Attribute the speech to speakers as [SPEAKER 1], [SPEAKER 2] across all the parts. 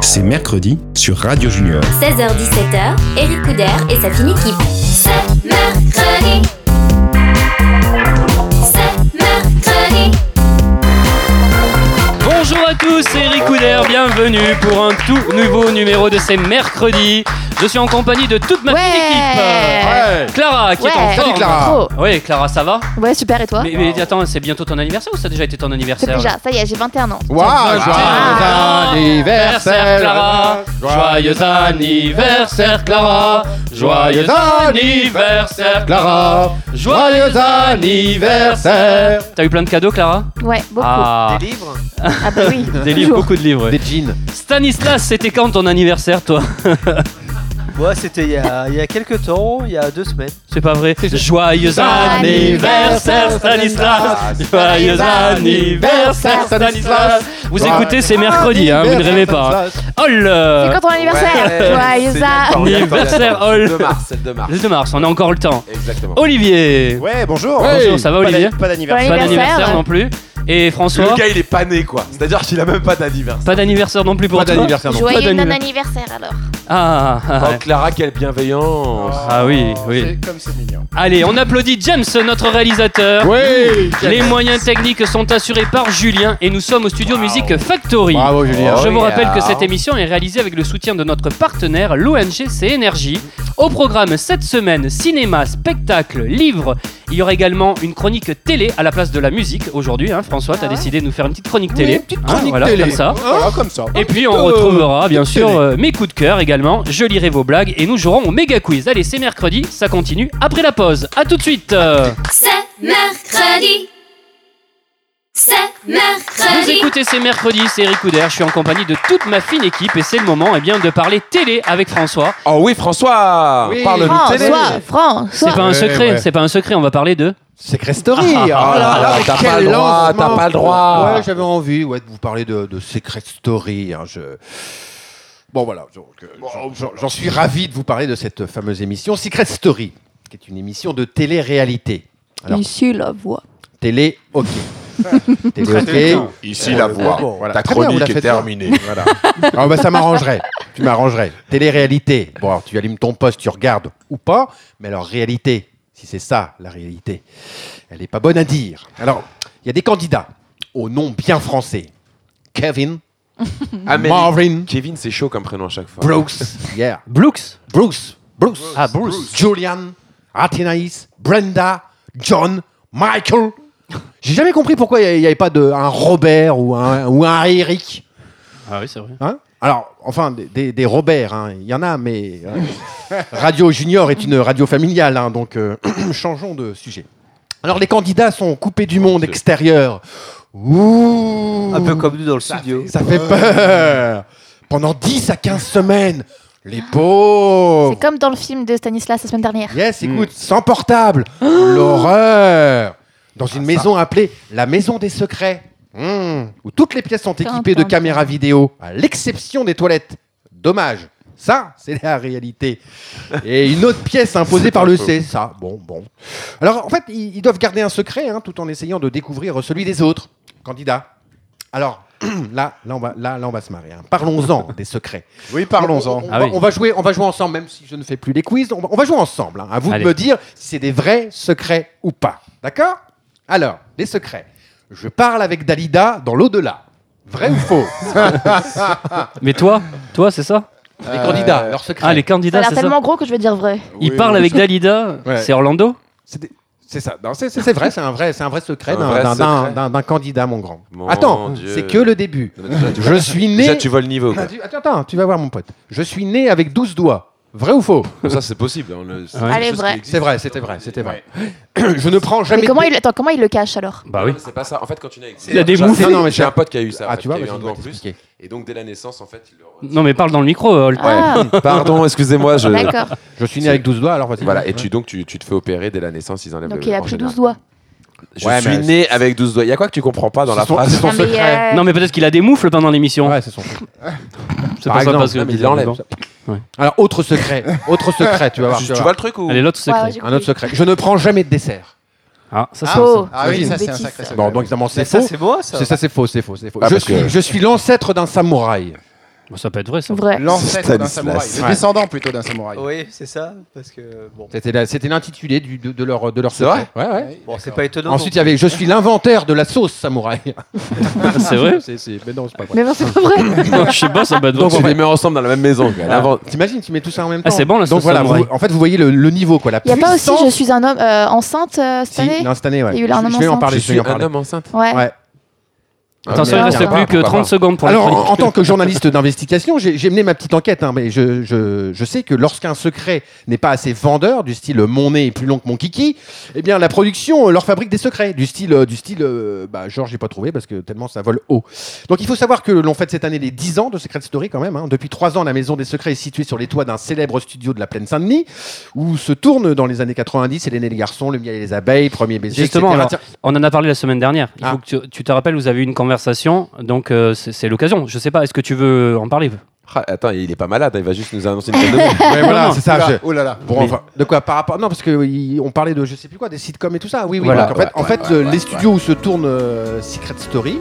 [SPEAKER 1] C'est mercredi sur Radio Junior.
[SPEAKER 2] 16h-17h, Eric Couder et sa fine équipe. C'est mercredi. C'est mercredi.
[SPEAKER 3] Bonjour à tous, c'est Eric Couder, bienvenue pour un tout nouveau numéro de ces mercredis. Je suis en compagnie de toute ma petite équipe.
[SPEAKER 4] Ouais.
[SPEAKER 3] Clara qui est en
[SPEAKER 5] Ouais.
[SPEAKER 3] forme.
[SPEAKER 4] Salut, Clara.
[SPEAKER 5] Trop.
[SPEAKER 3] Oui, Clara, ça va
[SPEAKER 5] Ouais, super, et toi
[SPEAKER 3] mais, mais attends, c'est bientôt ton anniversaire ou ça a déjà été ton
[SPEAKER 5] C'est
[SPEAKER 3] anniversaire
[SPEAKER 5] déjà, ça y est, j'ai 21 ans.
[SPEAKER 4] Waouh, joyeux
[SPEAKER 3] Ah.
[SPEAKER 4] anniversaire,
[SPEAKER 3] Clara. Joyeux anniversaire Clara Joyeux anniversaire
[SPEAKER 4] Clara.
[SPEAKER 3] Joyeux anniversaire T'as eu plein de cadeaux Clara
[SPEAKER 5] Ouais, beaucoup. Ah,
[SPEAKER 3] Ah,
[SPEAKER 6] Des livres
[SPEAKER 5] bah oui.
[SPEAKER 3] des livres, beaucoup de livres.
[SPEAKER 4] Des jeans.
[SPEAKER 3] Stanislas, c'était quand ton anniversaire toi
[SPEAKER 6] Ouais, c'était il y, a, il y a quelques temps, il y a deux semaines.
[SPEAKER 3] C'est pas vrai. Joyeux anniversaire
[SPEAKER 5] anniversaire,
[SPEAKER 7] Ah,
[SPEAKER 3] Stanislas. Joyeux anniversaire Stanislas. Vous
[SPEAKER 4] Joyeux
[SPEAKER 3] écoutez, c'est mercredi, hein, Oh vous ne rêvez pas. Hol
[SPEAKER 5] C'est quand ton anniversaire
[SPEAKER 6] Ouais,
[SPEAKER 5] Joyeux
[SPEAKER 6] c'est
[SPEAKER 5] a-
[SPEAKER 6] d'accord.
[SPEAKER 3] Anniversaire
[SPEAKER 7] Le
[SPEAKER 3] Hol.
[SPEAKER 7] 2 mars, c'est le 2 mars.
[SPEAKER 3] Le 2 mars, on a encore le temps.
[SPEAKER 7] Exactement.
[SPEAKER 3] Olivier.
[SPEAKER 7] Ouais, bonjour.
[SPEAKER 3] Ouais. Bonjour, ça va,
[SPEAKER 7] Pas
[SPEAKER 3] Olivier
[SPEAKER 7] d'anni- Pas d'anniversaire.
[SPEAKER 3] Pas
[SPEAKER 5] Bon
[SPEAKER 3] d'anniversaire
[SPEAKER 5] anniversaire.
[SPEAKER 3] non plus. Et François.
[SPEAKER 7] Le gars, il est pas né, quoi. C'est-à-dire qu'il a même pas d'anniversaire.
[SPEAKER 3] Pas d'anniversaire non plus pour
[SPEAKER 4] Pas
[SPEAKER 3] toi.
[SPEAKER 4] d'anniversaire non plus.
[SPEAKER 3] Pas
[SPEAKER 5] Joyeux
[SPEAKER 3] d'anniversaire.
[SPEAKER 5] non-anniversaire alors.
[SPEAKER 3] Ah, ah,
[SPEAKER 7] Oh,
[SPEAKER 3] ouais.
[SPEAKER 7] Clara, quelle bienveillance.
[SPEAKER 3] Ah oui, oui.
[SPEAKER 4] C'est Comme c'est mignon.
[SPEAKER 3] Allez, on applaudit James, notre réalisateur.
[SPEAKER 4] Oui.
[SPEAKER 3] Les moyens techniques sont assurés par Julien et nous sommes au studio Musique Factory.
[SPEAKER 4] Bravo, Julien.
[SPEAKER 3] Je vous
[SPEAKER 7] yeah.
[SPEAKER 3] rappelle que cette émission est réalisée avec le soutien de notre partenaire, l'ONG C'est Énergie. Au programme cette semaine, cinéma, spectacle, livre. Il y aura également une chronique télé à la place de la musique aujourd'hui. hein, François, t'as
[SPEAKER 5] Ah ouais.
[SPEAKER 3] décidé de nous faire une petite chronique télé.
[SPEAKER 4] une petite
[SPEAKER 3] Hein,
[SPEAKER 4] chronique
[SPEAKER 3] voilà,
[SPEAKER 4] télé.
[SPEAKER 3] comme ça.
[SPEAKER 4] Oh, Voilà, comme ça.
[SPEAKER 3] Et puis on
[SPEAKER 4] Euh,
[SPEAKER 3] retrouvera bien
[SPEAKER 4] petite
[SPEAKER 3] sûr
[SPEAKER 4] télé.
[SPEAKER 3] euh, mes coups de cœur également. Je lirai vos blagues et nous jouerons au méga quiz. Allez, c'est mercredi, ça continue après la pause. À tout de suite. euh.
[SPEAKER 2] C'est mercredi. C'est
[SPEAKER 3] Vous
[SPEAKER 2] mercredi.
[SPEAKER 3] écoutez, c'est mercredi, c'est Eric Couder. Je suis en compagnie de toute ma fine équipe et c'est le moment eh bien, de parler télé avec François.
[SPEAKER 7] Oh oui, François.
[SPEAKER 4] Oui.
[SPEAKER 7] Parle-nous de Euh, télé.
[SPEAKER 5] François, François.
[SPEAKER 3] C'est pas un
[SPEAKER 4] Ouais,
[SPEAKER 3] secret,
[SPEAKER 4] ouais.
[SPEAKER 3] c'est pas un secret, on va parler de.
[SPEAKER 4] Secret Story.
[SPEAKER 3] Ah,
[SPEAKER 4] Oh
[SPEAKER 7] ah, ah,
[SPEAKER 4] mais
[SPEAKER 7] t'as
[SPEAKER 4] quel
[SPEAKER 7] pas le droit,
[SPEAKER 4] lancement.
[SPEAKER 7] t'as pas le droit.
[SPEAKER 4] Ouais, j'avais envie ouais, de vous parler de, de Secret Story. hein, je... Bon, voilà. donc, euh, j'en- j'en- J'en suis ravi de vous parler de cette fameuse émission Secret Story, qui est une émission de télé-réalité. Alors,
[SPEAKER 5] Ici la voix.
[SPEAKER 4] télé, ok. télé, ok.
[SPEAKER 8] Ici la voix.
[SPEAKER 4] Bon, voilà.
[SPEAKER 8] Ta
[SPEAKER 4] Très bien, vous
[SPEAKER 8] chronique
[SPEAKER 4] la
[SPEAKER 8] est
[SPEAKER 4] faites bien.
[SPEAKER 8] terminée.
[SPEAKER 4] Voilà. Ah, bah, ça m'arrangerait. Tu m'arrangerais. Télé-réalité. Bon, alors, tu allumes ton poste, tu regardes ou pas, mais alors réalité, si c'est ça la réalité, elle n'est pas bonne à dire. Alors, il y a des candidats au nom bien français. Kevin,
[SPEAKER 7] Amélie.
[SPEAKER 4] Marvin,
[SPEAKER 7] Kevin, c'est chaud comme prénom à chaque fois.
[SPEAKER 4] Brooks, yeah.
[SPEAKER 3] Blooks
[SPEAKER 4] Bruce, Bruce,
[SPEAKER 3] Ah, Bruce.
[SPEAKER 4] Julian, Athénaïs, Brenda, John, Michael. J'ai jamais compris pourquoi il n'y avait pas de, un Robert ou un, ou un Eric.
[SPEAKER 3] Ah oui, c'est vrai.
[SPEAKER 4] Hein Alors, enfin, des, des, des Robert, hein, il y en a, mais euh, Radio Junior est une radio familiale, hein, donc euh, changeons de sujet. Alors, les candidats sont coupés du monde extérieur. Ouh
[SPEAKER 6] Un peu comme nous dans le studio.
[SPEAKER 4] Ça fait peur Pendant 10 à 15 semaines, les pauvres
[SPEAKER 5] C'est comme dans le film de Stanislas la semaine dernière.
[SPEAKER 4] Yes, écoute, sans portable L'horreur Dans une maison appelée la Maison des Secrets, Hmm. où toutes les pièces sont équipées de
[SPEAKER 5] Tintin.
[SPEAKER 4] caméras vidéo, à l'exception des toilettes. Dommage ça, c'est la réalité. Et une autre pièce imposée par le CSA. Bon, bon. Alors, en fait, ils, ils doivent garder un secret hein, tout en essayant de découvrir celui des autres candidats. Alors, là, là, on va, là, là, on va se marrer. hein. Parlons-en des secrets.
[SPEAKER 8] Oui,
[SPEAKER 4] On, on
[SPEAKER 8] parlons-en.
[SPEAKER 3] Ah
[SPEAKER 4] va-
[SPEAKER 3] oui.
[SPEAKER 4] on va jouer, on va jouer ensemble, même si je ne fais plus les quiz. On va, on va jouer ensemble. hein. À vous
[SPEAKER 3] Allez.
[SPEAKER 4] de me dire si c'est des vrais secrets ou pas. D'accord Alors, les secrets. Je parle avec Dalida dans l'au-delà. Vrai ou faux
[SPEAKER 3] Mais toi, toi, c'est ça
[SPEAKER 4] Les
[SPEAKER 7] Euh,
[SPEAKER 4] candidats, leurs secrets.
[SPEAKER 3] Ah, les
[SPEAKER 5] Ça a
[SPEAKER 3] candidats,
[SPEAKER 5] l'air
[SPEAKER 3] c'est ça
[SPEAKER 5] tellement gros que je vais dire vrai.
[SPEAKER 3] Il parle avec Dalida,
[SPEAKER 4] Ouais.
[SPEAKER 3] c'est Orlando
[SPEAKER 4] C'est des- C'est ça. Non, c'est- C'est c'est vrai, c'est un vrai, c'est un vrai secret
[SPEAKER 7] Un
[SPEAKER 4] d'un-
[SPEAKER 7] vrai
[SPEAKER 4] d'un-
[SPEAKER 7] secret.
[SPEAKER 4] d'un- d'un d'un candidat, mon grand.
[SPEAKER 7] Mon
[SPEAKER 4] Attends,
[SPEAKER 7] Dieu.
[SPEAKER 4] c'est que le début.
[SPEAKER 7] Déjà, tu vois-
[SPEAKER 4] Je suis né.
[SPEAKER 7] Déjà, tu vois le niveau. quoi.
[SPEAKER 4] Ah, tu- Attends, attends, tu vas voir, mon pote. Je suis né avec 12 doigts. Vrai ou faux
[SPEAKER 7] Ça, c'est possible. on le- c'est
[SPEAKER 3] Ouais.
[SPEAKER 7] quelque
[SPEAKER 5] Allez,
[SPEAKER 7] chose qui
[SPEAKER 5] vrai.
[SPEAKER 7] existe.
[SPEAKER 4] C'est vrai, c'était vrai, c'était vrai. Je ne prends jamais.
[SPEAKER 5] Mais comment
[SPEAKER 4] de-
[SPEAKER 5] il, attends, comment il le cache alors
[SPEAKER 3] Bah
[SPEAKER 7] Non, mais C'est pas ça. En fait, quand tu nais avec.
[SPEAKER 3] Il y a des
[SPEAKER 7] J'ai-
[SPEAKER 3] bouffes.
[SPEAKER 4] Non, non, mais
[SPEAKER 7] J'ai
[SPEAKER 4] c'est-
[SPEAKER 7] un pote qui a eu ça. en
[SPEAKER 4] Ah,
[SPEAKER 7] fait,
[SPEAKER 4] tu vois,
[SPEAKER 7] qui a eu
[SPEAKER 4] vas-y,
[SPEAKER 7] un
[SPEAKER 4] on
[SPEAKER 7] doigt
[SPEAKER 4] va
[SPEAKER 7] en plus.
[SPEAKER 4] t'expliquer.
[SPEAKER 7] Et donc, dès la naissance, en fait, il le retire.
[SPEAKER 3] Non, mais parle dans le micro, euh, Holt.
[SPEAKER 7] Euh,
[SPEAKER 5] Ah,
[SPEAKER 7] Pardon, excusez-moi. Je...
[SPEAKER 5] d'accord.
[SPEAKER 4] Je suis né avec 12 doigts, alors vas-y.
[SPEAKER 7] Voilà, et tu, donc tu, tu te fais opérer dès la naissance, ils enlèvent
[SPEAKER 5] Donc
[SPEAKER 7] le
[SPEAKER 5] il a
[SPEAKER 7] en
[SPEAKER 5] pris
[SPEAKER 7] général.
[SPEAKER 5] 12 doigts.
[SPEAKER 7] Je
[SPEAKER 4] Ouais,
[SPEAKER 7] suis
[SPEAKER 4] mais-
[SPEAKER 7] né avec 12 doigts. Il y a quoi que tu comprends pas dans la
[SPEAKER 4] C'est son-
[SPEAKER 7] phrase
[SPEAKER 4] c'est son
[SPEAKER 5] Ah, mais,
[SPEAKER 4] secret.
[SPEAKER 5] euh,
[SPEAKER 3] Non, mais peut-être qu'il a des moufles pendant l'émission.
[SPEAKER 4] Ouais, c'est son secret.
[SPEAKER 3] c'est
[SPEAKER 4] par
[SPEAKER 3] pas ça
[SPEAKER 4] exemple.
[SPEAKER 3] parce que.
[SPEAKER 7] Non, mais il l'enlève.
[SPEAKER 4] Alors, autre secret. Autre secret, tu vas voir.
[SPEAKER 7] Tu,
[SPEAKER 4] tu vas
[SPEAKER 7] tu
[SPEAKER 4] voir.
[SPEAKER 7] vois le truc ou
[SPEAKER 3] Allez, l'autre secret.
[SPEAKER 5] ouais, ouais, j'ai
[SPEAKER 4] Un autre
[SPEAKER 5] compris.
[SPEAKER 4] secret. Je ne prends jamais de dessert.
[SPEAKER 3] Ah, ça,
[SPEAKER 5] Ah,
[SPEAKER 3] c'est.
[SPEAKER 5] faux.
[SPEAKER 4] Ah oui,
[SPEAKER 5] Une
[SPEAKER 4] ça,
[SPEAKER 8] c'est un
[SPEAKER 5] bêtise,
[SPEAKER 8] sacré
[SPEAKER 5] ça.
[SPEAKER 8] secret.
[SPEAKER 4] Bon, donc, évidemment, c'est
[SPEAKER 6] Mais ça,
[SPEAKER 4] faux.
[SPEAKER 6] c'est moi, ça.
[SPEAKER 4] C'est ça, c'est faux, c'est faux, c'est faux.
[SPEAKER 7] Bah,
[SPEAKER 4] je,
[SPEAKER 7] parce
[SPEAKER 4] suis,
[SPEAKER 7] que-
[SPEAKER 4] je suis l'ancêtre d'un samouraï.
[SPEAKER 3] Bon, ça peut être vrai, ça.
[SPEAKER 5] Vrai.
[SPEAKER 8] L'ancêtre d'un
[SPEAKER 7] Stanislas.
[SPEAKER 8] samouraï. Le
[SPEAKER 4] Ouais.
[SPEAKER 8] descendant plutôt d'un samouraï.
[SPEAKER 6] Oui, c'est ça, parce que bon,
[SPEAKER 4] C'était la- c'était l'intitulé du- de, de leur de leur
[SPEAKER 7] C'est vrai
[SPEAKER 4] secret. Ouais, ouais.
[SPEAKER 8] Ouais,
[SPEAKER 6] bon c'est
[SPEAKER 8] d'accord.
[SPEAKER 6] pas étonnant.
[SPEAKER 4] Ensuite, il y avait Je suis l'inventaire de la sauce samouraï.
[SPEAKER 3] C'est vrai
[SPEAKER 4] C'est- c'est- Mais non, c'est pas vrai.
[SPEAKER 5] Mais non, c'est pas vrai.
[SPEAKER 3] Je sais pas, ça peut être
[SPEAKER 7] Donc
[SPEAKER 3] vrai.
[SPEAKER 7] tu les mets ensemble dans la même maison. quoi. L'invent-
[SPEAKER 4] T'imagines, tu mets tout ça en même temps.
[SPEAKER 3] Ah, c'est bon, la
[SPEAKER 4] Donc
[SPEAKER 3] sauce
[SPEAKER 4] voilà,
[SPEAKER 3] samouraï.
[SPEAKER 4] vous- en fait, vous voyez le, le niveau, quoi. La
[SPEAKER 5] Il y a pas aussi
[SPEAKER 4] puissance-
[SPEAKER 5] Je suis un homme euh, enceinte euh, cette
[SPEAKER 4] Si,
[SPEAKER 5] année
[SPEAKER 4] non, cette année, ouais.
[SPEAKER 5] Il y a eu
[SPEAKER 4] je,
[SPEAKER 5] la
[SPEAKER 4] je vais en
[SPEAKER 5] renaissance.
[SPEAKER 4] parler.
[SPEAKER 7] Je
[SPEAKER 4] Je, vais
[SPEAKER 7] suis
[SPEAKER 4] en
[SPEAKER 7] un
[SPEAKER 4] parler.
[SPEAKER 7] homme enceinte.
[SPEAKER 5] Ouais.
[SPEAKER 4] Ouais. Ah,
[SPEAKER 3] Attention, il
[SPEAKER 5] merde.
[SPEAKER 3] reste
[SPEAKER 5] Pas
[SPEAKER 3] plus
[SPEAKER 7] grave,
[SPEAKER 3] que
[SPEAKER 7] pas
[SPEAKER 3] 30
[SPEAKER 7] grave.
[SPEAKER 3] secondes pour la
[SPEAKER 4] Alors,
[SPEAKER 3] chronique.
[SPEAKER 4] en, en tant que journaliste d'investigation, j'ai j'ai mené ma petite enquête, hein, mais je, je- je sais que lorsqu'un secret n'est pas assez vendeur, du style euh, mon nez est plus long que mon kiki, eh bien la production euh, leur fabrique des secrets, du style, euh, du style, euh, bah Georges j'ai pas trouvé parce que tellement ça vole haut. Donc il faut savoir que l'on fête cette année les 10 ans de Secret Story quand même. hein. Depuis 3 ans, la Maison des Secrets est située sur les toits d'un célèbre studio de la Plaine Saint-Denis, où se tournent dans les années 90 Hélène et les garçons, le miel et les abeilles, premier baiser,
[SPEAKER 3] Justement,
[SPEAKER 4] etc.
[SPEAKER 3] alors,
[SPEAKER 4] Tiens,
[SPEAKER 3] On en a parlé la semaine dernière. Il
[SPEAKER 4] Ah.
[SPEAKER 3] faut que tu, tu te rappelles, vous avez eu une conversation, donc euh, c'est c'est l'occasion. Je sais pas, est-ce que tu veux en parler
[SPEAKER 7] Ah, attends, il est pas malade, il va juste nous annoncer une bonne nouvelle.
[SPEAKER 4] ouais, voilà,
[SPEAKER 3] non.
[SPEAKER 4] c'est ça.
[SPEAKER 8] Oula,
[SPEAKER 4] je-
[SPEAKER 8] Oh là là.
[SPEAKER 4] Bon, enfin, de quoi par rapport Non, parce que oui, on parlait de je sais plus quoi, des sitcoms et tout ça. Oui, oui.
[SPEAKER 3] Voilà,
[SPEAKER 4] donc, en fait,
[SPEAKER 7] ouais,
[SPEAKER 4] en
[SPEAKER 7] ouais,
[SPEAKER 4] fait,
[SPEAKER 7] ouais,
[SPEAKER 4] euh,
[SPEAKER 7] ouais,
[SPEAKER 4] les
[SPEAKER 7] ouais.
[SPEAKER 4] studios où se tourne euh, Secret Story,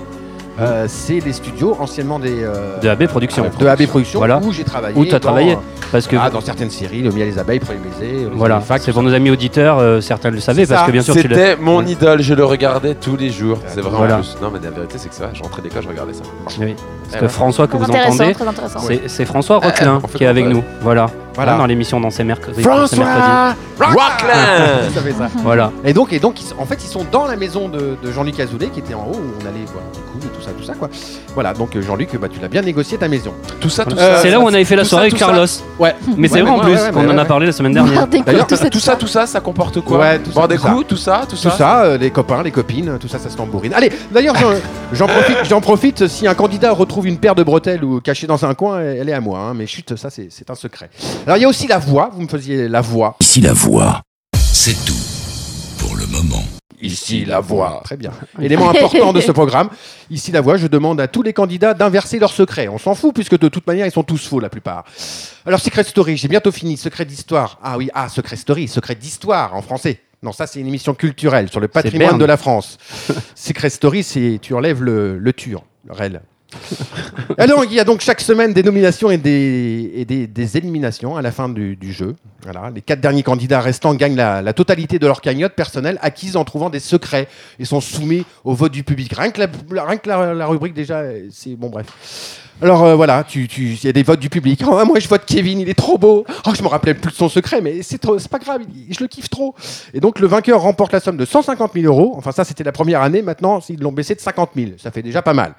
[SPEAKER 4] euh, c'est les studios anciennement des euh,
[SPEAKER 3] Mmh. De AB Productions.
[SPEAKER 4] de AB Productions,
[SPEAKER 3] Voilà.
[SPEAKER 4] où j'ai travaillé.
[SPEAKER 3] Où t'as
[SPEAKER 4] dans,
[SPEAKER 3] travaillé.
[SPEAKER 4] euh,
[SPEAKER 3] Parce que
[SPEAKER 4] ah, dans certaines séries, Le miel et les abeilles, Premier baiser. euh,
[SPEAKER 3] voilà,
[SPEAKER 4] Les facs,
[SPEAKER 3] c'est
[SPEAKER 4] tout
[SPEAKER 3] pour nos amis auditeurs, euh, certains le savaient,
[SPEAKER 4] C'est
[SPEAKER 3] parce
[SPEAKER 4] ça,
[SPEAKER 3] que bien sûr tu l'as.
[SPEAKER 7] C'était mon idole, je le regardais tous les jours. C'est vrai
[SPEAKER 3] Voilà.
[SPEAKER 7] en plus. Non, mais la vérité, c'est que c'est vrai, je rentrais d'école, je regardais ça.
[SPEAKER 3] Oui, Parce
[SPEAKER 7] Eh
[SPEAKER 3] que
[SPEAKER 4] ben.
[SPEAKER 7] ouais.
[SPEAKER 3] François que
[SPEAKER 5] Très
[SPEAKER 3] vous
[SPEAKER 5] intéressant,
[SPEAKER 3] entendez,
[SPEAKER 5] très
[SPEAKER 4] Ah
[SPEAKER 5] intéressant.
[SPEAKER 3] c'est c'est François
[SPEAKER 4] Eh
[SPEAKER 3] Roquelin
[SPEAKER 7] on fait
[SPEAKER 3] qui est avec
[SPEAKER 7] comme ça.
[SPEAKER 3] nous. Voilà,
[SPEAKER 4] ça. Voilà.
[SPEAKER 3] dans l'émission dans ces mercredis.
[SPEAKER 4] François
[SPEAKER 7] Rockland
[SPEAKER 3] Ah.
[SPEAKER 4] Vous savez ça.
[SPEAKER 3] Voilà.
[SPEAKER 4] Et donc, et donc ils- en fait, ils sont dans la maison de, de Jean-Luc Azoulay, qui était en haut, où on allait voir des coups, tout ça, tout ça, quoi. Voilà, donc euh, Jean-Luc, bah, tu l'as bien négocié ta maison.
[SPEAKER 7] Tout ça, tout
[SPEAKER 4] Euh,
[SPEAKER 7] ça.
[SPEAKER 3] c'est là où on avait fait la
[SPEAKER 7] tout ça,
[SPEAKER 3] soirée avec
[SPEAKER 7] tout ça.
[SPEAKER 3] Carlos.
[SPEAKER 4] Ouais.
[SPEAKER 3] Mais c'est
[SPEAKER 4] Ouais,
[SPEAKER 3] vrai en
[SPEAKER 4] ouais,
[SPEAKER 3] plus
[SPEAKER 4] ouais,
[SPEAKER 3] qu'on
[SPEAKER 4] ouais,
[SPEAKER 3] en a
[SPEAKER 4] ouais. Ah,
[SPEAKER 3] parlé la semaine dernière.
[SPEAKER 5] Bordel,
[SPEAKER 4] D'ailleurs,
[SPEAKER 5] tout cette-
[SPEAKER 7] Tout ça, tout ça, ça comporte quoi
[SPEAKER 4] Ouais, tout ça,
[SPEAKER 7] Boire des
[SPEAKER 4] tout ça.
[SPEAKER 7] coups, tout ça, tout
[SPEAKER 4] Tout
[SPEAKER 7] ça.
[SPEAKER 4] ça, euh, les copains, les copines, tout ça, ça se tambourine. Allez, d'ailleurs, j'en- j'en profite, j'en profite. Si un candidat retrouve une paire de bretelles ou cachée dans un coin, elle est à moi. hein. mais chut, ça, c'est c'est un secret. Alors, il y a aussi la voix. Vous me faisiez la voix.
[SPEAKER 1] Ici la voix, c'est tout pour le moment.
[SPEAKER 4] Ici la voix. Très bien. Élément important de ce programme. Ici la voix. Je demande à tous les candidats d'inverser leurs secrets. On s'en fout puisque de toute manière, ils sont tous faux la plupart. Alors, Secret Story. J'ai bientôt fini. Secret d'histoire. Ah oui, ah Secret Story, Secret d'histoire en français. Non, ça c'est une émission culturelle sur le patrimoine
[SPEAKER 3] Berne.
[SPEAKER 4] de la France. Secret Story, c'est tu enlèves le, le tur, le rel. Alors, il y a donc chaque semaine des nominations et des, et des, des éliminations à la fin du, du jeu. Voilà. Les quatre derniers candidats restants gagnent la, la totalité de leur cagnotte personnelle acquise en trouvant des secrets et sont soumis au vote du public. Rien que la, rien que la- la rubrique, déjà, euh, c'est bon, bref. Alors euh, voilà, tu, tu- il y a des votes du public. Oh, moi je vote Kevin, il est trop beau. Oh, je me rappelais plus de son secret, mais c'est trop- c'est pas grave, il- je le kiffe trop. Et donc le vainqueur remporte la somme de 150 000 euros. Enfin ça c'était la première année, maintenant ils l'ont baissé de 50 000. Ça fait déjà pas mal.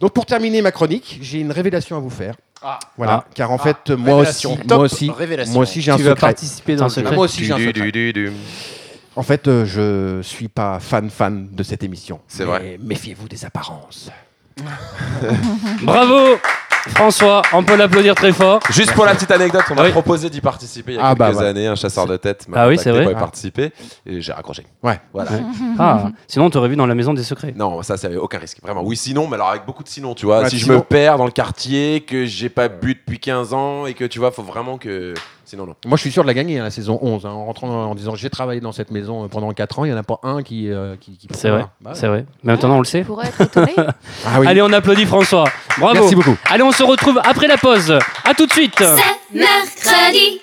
[SPEAKER 4] Donc pour terminer ma chronique, j'ai une révélation à vous faire.
[SPEAKER 8] Ah.
[SPEAKER 4] Voilà, car en fait moi aussi,
[SPEAKER 8] Révélation.
[SPEAKER 4] moi
[SPEAKER 8] Top
[SPEAKER 4] aussi,
[SPEAKER 8] révélation.
[SPEAKER 4] moi aussi j'ai un
[SPEAKER 6] tu vas
[SPEAKER 4] secret.
[SPEAKER 6] participer dans le
[SPEAKER 3] Secret.
[SPEAKER 6] secret.
[SPEAKER 4] Ah, moi aussi j'ai un
[SPEAKER 7] Du,
[SPEAKER 4] secret.
[SPEAKER 7] du, du, du.
[SPEAKER 4] En fait euh, je suis pas fan fan de cette émission.
[SPEAKER 7] C'est
[SPEAKER 4] Mais
[SPEAKER 7] vrai.
[SPEAKER 4] Méfiez-vous des apparences.
[SPEAKER 3] Bravo François, on peut l'applaudir très fort.
[SPEAKER 7] Juste pour la petite anecdote, on m'a
[SPEAKER 3] Ah Oui.
[SPEAKER 7] proposé d'y participer il y a
[SPEAKER 4] Ah,
[SPEAKER 7] quelques
[SPEAKER 4] bah, voilà.
[SPEAKER 7] années. Un chasseur de tête m'a
[SPEAKER 3] Ah oui,
[SPEAKER 7] contacté
[SPEAKER 3] c'est vrai.
[SPEAKER 7] pour y
[SPEAKER 4] Ah.
[SPEAKER 7] participer et j'ai raccroché.
[SPEAKER 4] Ouais.
[SPEAKER 7] Voilà.
[SPEAKER 3] Ah, sinon on t'aurait vu dans la maison des secrets.
[SPEAKER 7] Non, ça, c'est aucun risque, vraiment. Oui, sinon, mais alors avec beaucoup de sinon, tu vois.
[SPEAKER 4] Ouais,
[SPEAKER 7] si
[SPEAKER 4] sinon.
[SPEAKER 7] je me perds dans le quartier, que j'ai pas bu depuis 15 ans et que tu vois, faut vraiment que. Sinon, non.
[SPEAKER 4] Moi, je suis sûr de la gagner, hein, la saison 11. hein, en rentrant en disant j'ai travaillé dans cette maison euh, pendant 4 ans, il n'y en a pas un qui. euh, qui, qui-
[SPEAKER 3] C'est vrai,
[SPEAKER 4] Bah,
[SPEAKER 3] c'est vrai. Mais maintenant on le sait.
[SPEAKER 5] Pour être étonné.
[SPEAKER 4] Ah oui.
[SPEAKER 3] Allez, on applaudit François. Bravo.
[SPEAKER 4] Merci beaucoup.
[SPEAKER 3] Allez, on se retrouve après la pause. À tout de suite.
[SPEAKER 2] C'est mercredi.